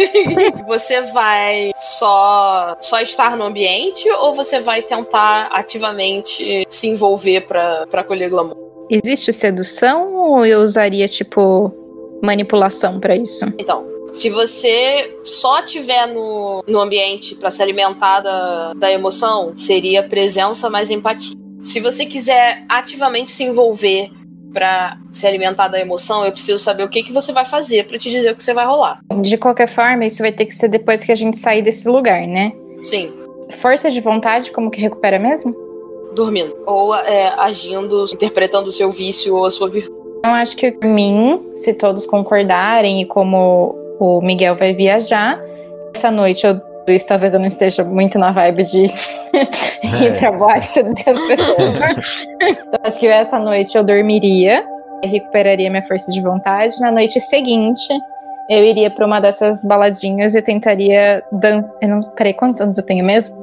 [SPEAKER 2] Você vai só só estar no ambiente ou você vai tentar ativamente se envolver pra pra colher glamour?
[SPEAKER 4] Existe sedução ou eu usaria, tipo, manipulação pra isso?
[SPEAKER 2] Então, se você só tiver no, no ambiente pra se alimentar da, da emoção, seria presença mais empatia. Se você quiser ativamente se envolver pra se alimentar da emoção, eu preciso saber o que, que você vai fazer pra te dizer o que você vai rolar.
[SPEAKER 4] De qualquer forma, isso vai ter que ser depois que a gente sair desse lugar, né?
[SPEAKER 2] Sim,
[SPEAKER 4] Força de vontade, como que recupera mesmo?
[SPEAKER 2] dormindo. Ou é, agindo, interpretando o seu vício ou a sua virtude.
[SPEAKER 4] Então, acho que por mim, se todos concordarem e como o Miguel vai viajar, essa noite eu. Isso, talvez eu não esteja muito na vibe de ir pra boate e seduzir as pessoas. então, acho que essa noite eu dormiria, recuperaria minha força de vontade. Na noite seguinte, eu iria pra uma dessas baladinhas e tentaria dançar. Eu não... Peraí, quantos anos eu tenho mesmo?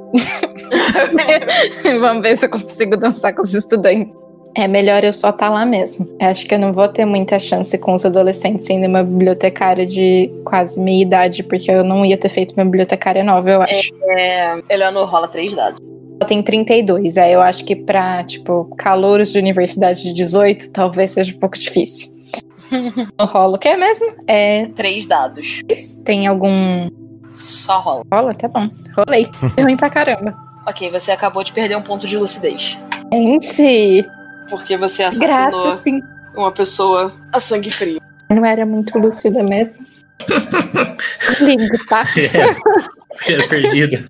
[SPEAKER 4] Vamos ver se eu consigo dançar com os estudantes. É melhor eu só estar lá mesmo. Eu acho que eu não vou ter muita chance com os adolescentes sendo uma bibliotecária de quase meia idade, porque eu não ia ter feito uma bibliotecária nova, eu acho.
[SPEAKER 2] É, Eleanor rola três dados.
[SPEAKER 4] Ela tem 32, aí é, eu acho que pra, tipo, calouros de universidade de 18, talvez seja um pouco difícil. Não rola o que é mesmo? É.
[SPEAKER 2] Três dados.
[SPEAKER 4] Tem algum.
[SPEAKER 2] Só rola.
[SPEAKER 4] Rola? Tá bom. Rolei. É ruim pra caramba.
[SPEAKER 2] Ok, você acabou de perder um ponto de lucidez.
[SPEAKER 4] Gente!
[SPEAKER 2] Porque você assassinou
[SPEAKER 4] Graças, sim.
[SPEAKER 2] uma pessoa a sangue frio.
[SPEAKER 4] Não era muito lúcida mesmo. Ligo, tá?
[SPEAKER 1] É, Era perdida.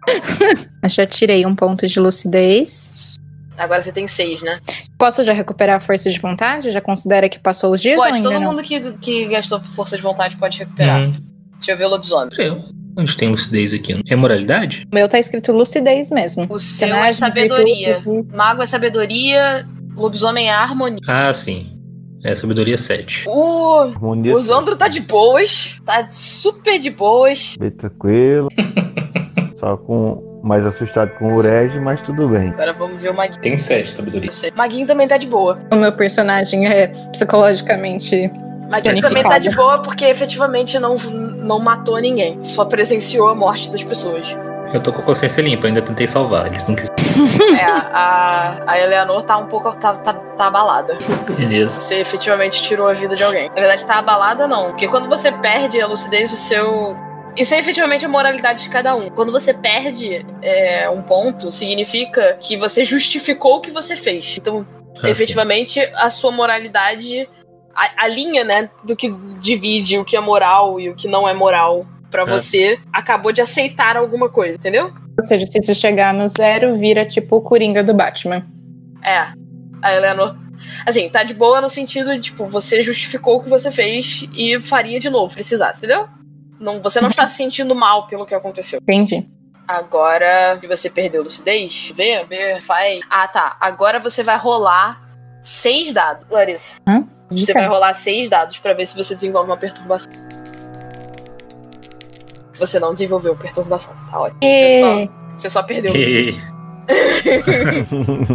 [SPEAKER 4] Mas já tirei um ponto de lucidez.
[SPEAKER 2] Agora você tem seis, né?
[SPEAKER 4] Posso já recuperar a força de vontade? Já considera que passou os dias ou
[SPEAKER 2] Pode,
[SPEAKER 4] ainda
[SPEAKER 2] todo
[SPEAKER 4] não?
[SPEAKER 2] mundo que, que gastou força de vontade pode recuperar.
[SPEAKER 1] Hum,
[SPEAKER 2] Deixa eu ver o lobisomem.
[SPEAKER 1] peraí, onde tem lucidez aqui? É moralidade?
[SPEAKER 4] O meu tá escrito lucidez mesmo.
[SPEAKER 2] O seu é
[SPEAKER 4] Personagem,
[SPEAKER 2] sabedoria.
[SPEAKER 4] virtude,
[SPEAKER 2] Mago é sabedoria, lobisomem é harmonia.
[SPEAKER 1] Ah, sim. É sabedoria 7.
[SPEAKER 2] O,
[SPEAKER 3] Harmonia.
[SPEAKER 2] o Zandro tá de boas. Tá super de boas.
[SPEAKER 3] Bem tranquilo. Só com. Mais assustado com o Urege, mas tudo bem.
[SPEAKER 2] Agora vamos ver o Maguinho.
[SPEAKER 1] Tem 7 sabedoria.
[SPEAKER 2] Não sei. Maguinho também tá de boa.
[SPEAKER 4] O meu personagem é psicologicamente.
[SPEAKER 2] Mas
[SPEAKER 4] Danificada.
[SPEAKER 2] também tá de boa porque efetivamente não, não matou ninguém. Só presenciou a morte das pessoas.
[SPEAKER 1] Eu tô com a consciência limpa, ainda tentei salvar. Eles não quiseram.
[SPEAKER 2] É, a, a Eleanor tá um pouco. Tá, tá, tá abalada.
[SPEAKER 1] Beleza.
[SPEAKER 2] Você efetivamente tirou a vida de alguém. Na verdade, tá abalada, não. Porque quando você perde a lucidez, o seu. Isso é efetivamente a moralidade de cada um. Quando você perde é, um ponto, significa que você justificou o que você fez. Então,
[SPEAKER 1] Ah,
[SPEAKER 2] efetivamente a sua moralidade, a, a linha, né, do que divide o que é moral e o que não é moral pra você, acabou de aceitar alguma coisa, entendeu?
[SPEAKER 4] Ou seja, se isso chegar no zero, vira tipo o Coringa do Batman.
[SPEAKER 2] É. A Eleanor. Assim, tá de boa no sentido de, tipo, você justificou o que você fez e faria de novo, precisasse, entendeu? Não, você não está se sentindo mal pelo que aconteceu.
[SPEAKER 4] Entendi.
[SPEAKER 2] Agora que você perdeu lucidez, vê, vê, faz. Ah, tá. Agora você vai rolar seis dados, Larissa.
[SPEAKER 4] Hã?
[SPEAKER 2] Você
[SPEAKER 4] Dica.
[SPEAKER 2] vai rolar seis dados pra ver se você desenvolve uma perturbação. Você não desenvolveu perturbação, tá ótimo. Você só,
[SPEAKER 4] E...
[SPEAKER 2] você só perdeu
[SPEAKER 1] Ih.
[SPEAKER 2] lucidez.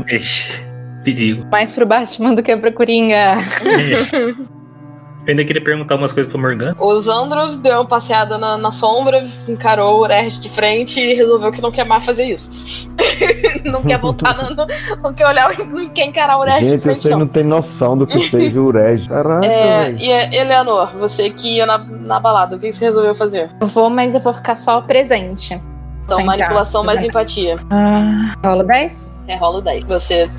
[SPEAKER 1] Ixi, Perigo.
[SPEAKER 4] Mais pro Batman do que pro Coringa.
[SPEAKER 1] Eu ainda queria perguntar umas coisas pra Morgana.
[SPEAKER 2] O Zandro deu uma passeada na, na sombra, encarou o Erd de frente e resolveu que não quer mais fazer isso. não quer voltar, na- não, não quer olhar, não quer encarar o Erd de
[SPEAKER 3] Gente,
[SPEAKER 2] frente,
[SPEAKER 3] vocês
[SPEAKER 2] não.
[SPEAKER 3] não têm noção do que fez o Urege. Caraca,
[SPEAKER 2] É,
[SPEAKER 3] velho.
[SPEAKER 2] e Eleanor, você que ia na, na balada, o que você resolveu fazer?
[SPEAKER 4] Eu vou, mas eu vou ficar só presente.
[SPEAKER 2] Então,
[SPEAKER 4] Tentar,
[SPEAKER 2] manipulação mais
[SPEAKER 4] tentar.
[SPEAKER 2] empatia.
[SPEAKER 4] Ah, rola 10?
[SPEAKER 2] É rolo 10. Você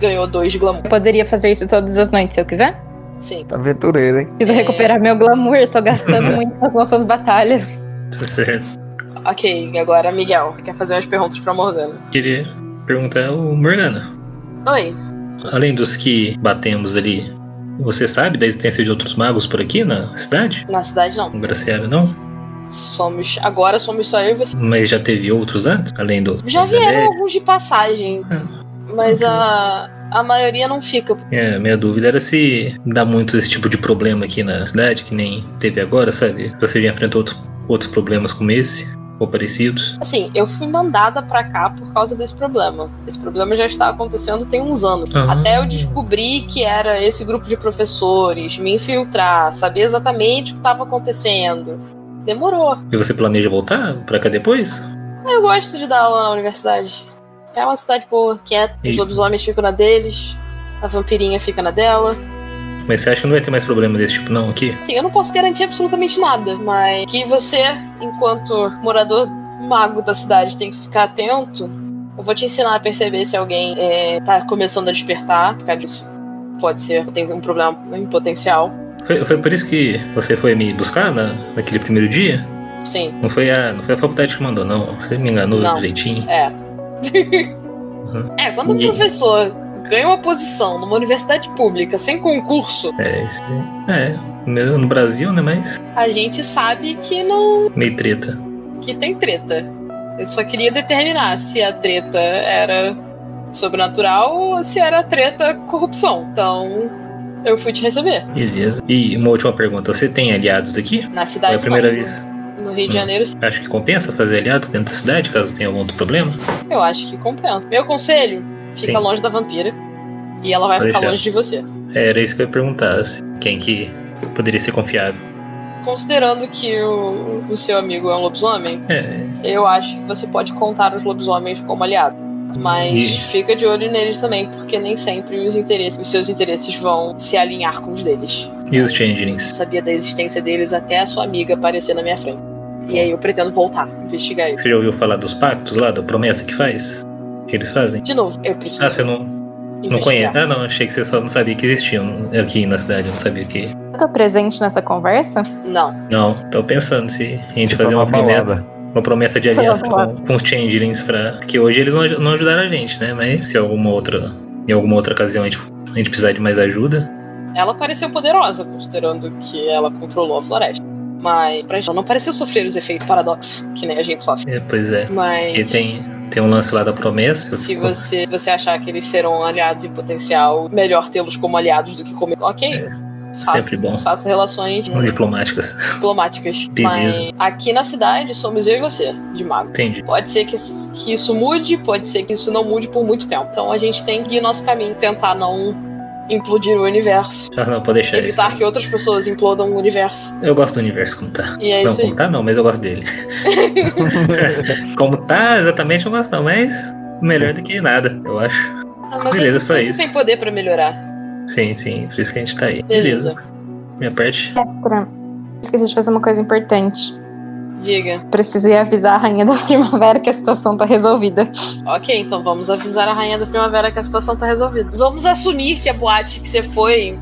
[SPEAKER 2] ganhou 2 de glamour.
[SPEAKER 4] Eu poderia fazer isso todas as noites se eu quiser.
[SPEAKER 2] Sim.
[SPEAKER 3] Tá aventureiro, hein?
[SPEAKER 4] Preciso
[SPEAKER 2] É.
[SPEAKER 4] recuperar meu glamour, tô gastando muito nas nossas batalhas.
[SPEAKER 1] Tá certo.
[SPEAKER 2] Ok, agora Miguel quer fazer umas perguntas pra Morgana.
[SPEAKER 1] Queria perguntar o Morgana.
[SPEAKER 2] Oi.
[SPEAKER 1] Além dos que batemos ali, você sabe da existência de outros magos por aqui na cidade?
[SPEAKER 2] Na cidade não.
[SPEAKER 1] No Graciara não?
[SPEAKER 2] Somos. Agora somos só eu e você.
[SPEAKER 1] Mas já teve outros antes? Além do.
[SPEAKER 2] Já vieram
[SPEAKER 1] Velho?
[SPEAKER 2] alguns de passagem,
[SPEAKER 1] Ah,
[SPEAKER 2] mas
[SPEAKER 1] ok.
[SPEAKER 2] a, a maioria não fica.
[SPEAKER 1] É, minha dúvida era se dá muito esse tipo de problema aqui na cidade, que nem teve agora, sabe? Você já enfrentou outros, outros problemas como esse, ou parecidos.
[SPEAKER 2] Assim, eu fui mandada pra cá por causa desse problema. Esse problema já está acontecendo tem uns anos.
[SPEAKER 1] Ah.
[SPEAKER 2] Até eu descobrir que era esse grupo de professores, me infiltrar, saber exatamente o que estava acontecendo. Demorou.
[SPEAKER 1] E você planeja voltar pra cá depois?
[SPEAKER 2] Eu gosto de dar aula na universidade. É uma cidade boa, quieta. Os
[SPEAKER 1] E-
[SPEAKER 2] lobisomens ficam na deles, a vampirinha fica na dela.
[SPEAKER 1] Mas você acha que não vai ter mais problema desse tipo não aqui?
[SPEAKER 2] Sim, eu não posso garantir absolutamente nada, mas que você, enquanto morador mago da cidade, tem que ficar atento. Eu vou te ensinar a perceber se alguém é, tá começando a despertar, por causa disso. Pode ser, tem um problema em potencial.
[SPEAKER 1] Foi, foi por isso que você foi me buscar na, naquele primeiro dia?
[SPEAKER 2] Sim,
[SPEAKER 1] Não foi, a, não foi a faculdade que mandou, não. Você me enganou
[SPEAKER 2] Não.
[SPEAKER 1] direitinho.
[SPEAKER 2] é. é, quando um
[SPEAKER 1] E-
[SPEAKER 2] professor ganha uma posição numa universidade pública sem concurso,
[SPEAKER 1] É, isso é, é, mesmo no Brasil, né? Mas
[SPEAKER 2] a gente sabe que não
[SPEAKER 1] meio treta.
[SPEAKER 2] que tem treta. Eu só queria determinar se a treta era sobrenatural ou se era treta corrupção. Então, eu fui te receber
[SPEAKER 1] Beleza. E uma última pergunta. Você tem aliados aqui?
[SPEAKER 2] na
[SPEAKER 1] Foi
[SPEAKER 2] cidade.
[SPEAKER 1] a primeira
[SPEAKER 2] não.
[SPEAKER 1] vez.
[SPEAKER 2] No Rio de
[SPEAKER 1] Hum.
[SPEAKER 2] Janeiro,
[SPEAKER 1] Acho que compensa fazer aliados dentro da cidade, caso tenha algum outro problema.
[SPEAKER 2] eu acho que compensa. Meu conselho, fica
[SPEAKER 1] Sim.
[SPEAKER 2] longe da vampira e ela vai
[SPEAKER 1] Pode
[SPEAKER 2] ficar
[SPEAKER 1] deixar.
[SPEAKER 2] longe de você.
[SPEAKER 1] Era isso que eu ia perguntar. assim, Quem que poderia ser confiável?
[SPEAKER 2] Considerando que o, o seu amigo é um lobisomem,
[SPEAKER 1] É,
[SPEAKER 2] eu acho que você pode contar os lobisomens como aliado. Mas
[SPEAKER 1] E-
[SPEAKER 2] fica de olho neles também, porque nem sempre os interesses, os seus interesses vão se alinhar com os deles.
[SPEAKER 1] e os changelings?
[SPEAKER 2] sabia da existência deles até a sua amiga aparecer na minha frente. E aí eu pretendo voltar, investigar isso.
[SPEAKER 1] Você já ouviu falar dos pactos lá, da promessa que faz? Que eles fazem?
[SPEAKER 2] De novo, eu preciso
[SPEAKER 1] Ah, você não, não
[SPEAKER 2] investigar.
[SPEAKER 1] conhece? Ah, não, achei que você só não sabia que existiam aqui na cidade, eu não sabia que.
[SPEAKER 4] Eu tô presente nessa conversa?
[SPEAKER 2] Não.
[SPEAKER 1] Não, tô pensando se a gente
[SPEAKER 3] Tipo,
[SPEAKER 1] fazer uma
[SPEAKER 3] uma
[SPEAKER 1] promessa,
[SPEAKER 3] balada.
[SPEAKER 1] uma promessa de
[SPEAKER 4] Você
[SPEAKER 2] é
[SPEAKER 1] aliança
[SPEAKER 4] vai falar.
[SPEAKER 1] com, com os changelings pra. Que hoje eles não, aj- não ajudaram a gente, né? Mas se alguma outra. Em alguma outra ocasião a gente, a gente precisar de mais ajuda.
[SPEAKER 2] Ela pareceu poderosa, considerando que ela controlou a floresta. Mas pra gente ela não pareceu sofrer os efeitos paradoxos, que nem a gente sofre.
[SPEAKER 1] É, pois é.
[SPEAKER 2] Mas.
[SPEAKER 1] Porque tem, tem um lance lá da promessa. eu
[SPEAKER 2] Se
[SPEAKER 1] fico-
[SPEAKER 2] você, se você achar que eles serão aliados em potencial, melhor tê-los como aliados do que como. Ok. faça,
[SPEAKER 1] É, sempre bom.
[SPEAKER 2] Faça relações
[SPEAKER 1] Não diplomáticas.
[SPEAKER 2] diplomáticas.
[SPEAKER 1] Beleza.
[SPEAKER 2] Mas aqui na cidade somos eu e você, de mago.
[SPEAKER 1] Entendi.
[SPEAKER 2] Pode ser que, que isso mude, pode ser que isso não mude por muito tempo. Então a gente tem que ir nosso caminho, tentar não implodir o universo,
[SPEAKER 1] Ah, não, pode deixar isso.
[SPEAKER 2] evitar que outras pessoas implodam o universo.
[SPEAKER 1] Eu gosto do universo como tá.
[SPEAKER 2] E é
[SPEAKER 1] não,
[SPEAKER 2] isso
[SPEAKER 1] como
[SPEAKER 2] aí.
[SPEAKER 1] tá não, mas eu gosto dele. como tá, exatamente eu gosto não, mas melhor do que nada, eu acho.
[SPEAKER 2] Ah, Mas
[SPEAKER 1] Beleza,
[SPEAKER 2] a gente
[SPEAKER 1] só
[SPEAKER 2] sempre
[SPEAKER 1] isso.
[SPEAKER 2] tem poder pra melhorar.
[SPEAKER 1] Sim, sim, por isso que a gente tá aí.
[SPEAKER 2] Beleza.
[SPEAKER 1] Minha parte.
[SPEAKER 4] Extra. Esqueci de fazer uma coisa importante.
[SPEAKER 2] Diga.
[SPEAKER 4] Precisei avisar a rainha da primavera que a situação tá resolvida.
[SPEAKER 2] Ok, então vamos avisar a rainha da primavera que a situação tá resolvida. Vamos assumir que a boate que você foi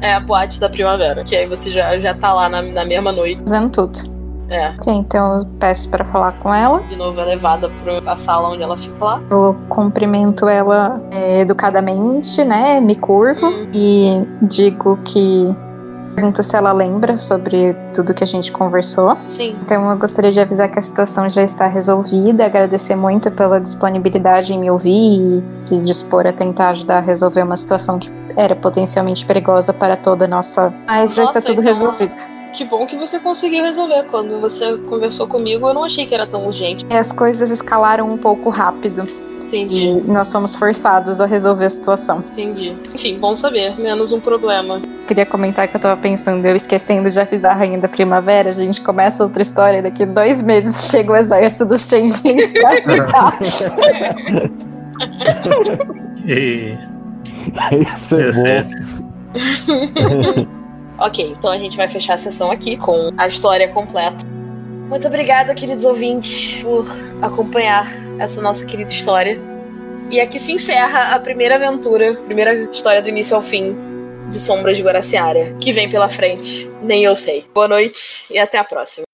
[SPEAKER 2] é a boate da primavera. Que aí você já, já tá lá na, na mesma noite.
[SPEAKER 4] Fazendo tudo.
[SPEAKER 2] É.
[SPEAKER 4] Ok, então eu peço pra falar com ela.
[SPEAKER 2] De novo é levada pro- pra sala onde ela fica lá.
[SPEAKER 4] Eu cumprimento ela é, educadamente, né? Me curvo e digo que. Pergunto se ela lembra sobre tudo que a gente conversou.
[SPEAKER 2] Sim.
[SPEAKER 4] Então eu gostaria de avisar que a situação já está resolvida, agradecer muito pela disponibilidade em me ouvir e se dispor a tentar ajudar a resolver uma situação que era potencialmente perigosa para toda a nossa. Mas já está
[SPEAKER 2] Nossa,
[SPEAKER 4] tudo
[SPEAKER 2] então-
[SPEAKER 4] resolvido.
[SPEAKER 2] Que bom que você conseguiu resolver. Quando você conversou comigo, eu não achei que era tão urgente.
[SPEAKER 4] E as coisas escalaram um pouco rápido
[SPEAKER 2] Entendi,
[SPEAKER 4] e nós somos forçados a resolver a situação.
[SPEAKER 2] entendi. Enfim, bom saber. Menos um problema.
[SPEAKER 4] Queria comentar que eu tava pensando, eu esquecendo de avisar a rainha da primavera, a gente começa outra história e daqui dois meses chega o exército dos Changelings pra ajudar.
[SPEAKER 1] E...
[SPEAKER 3] Isso é
[SPEAKER 1] Deu
[SPEAKER 3] bom.
[SPEAKER 1] certo.
[SPEAKER 2] Ok, então a gente vai fechar a sessão aqui com a história completa. Muito obrigada, queridos ouvintes, por acompanhar essa nossa querida história. E aqui se encerra a primeira aventura, a primeira história do início ao fim de Sombras de Guaraciara, que vem pela frente. Nem eu sei. Boa noite e até a próxima.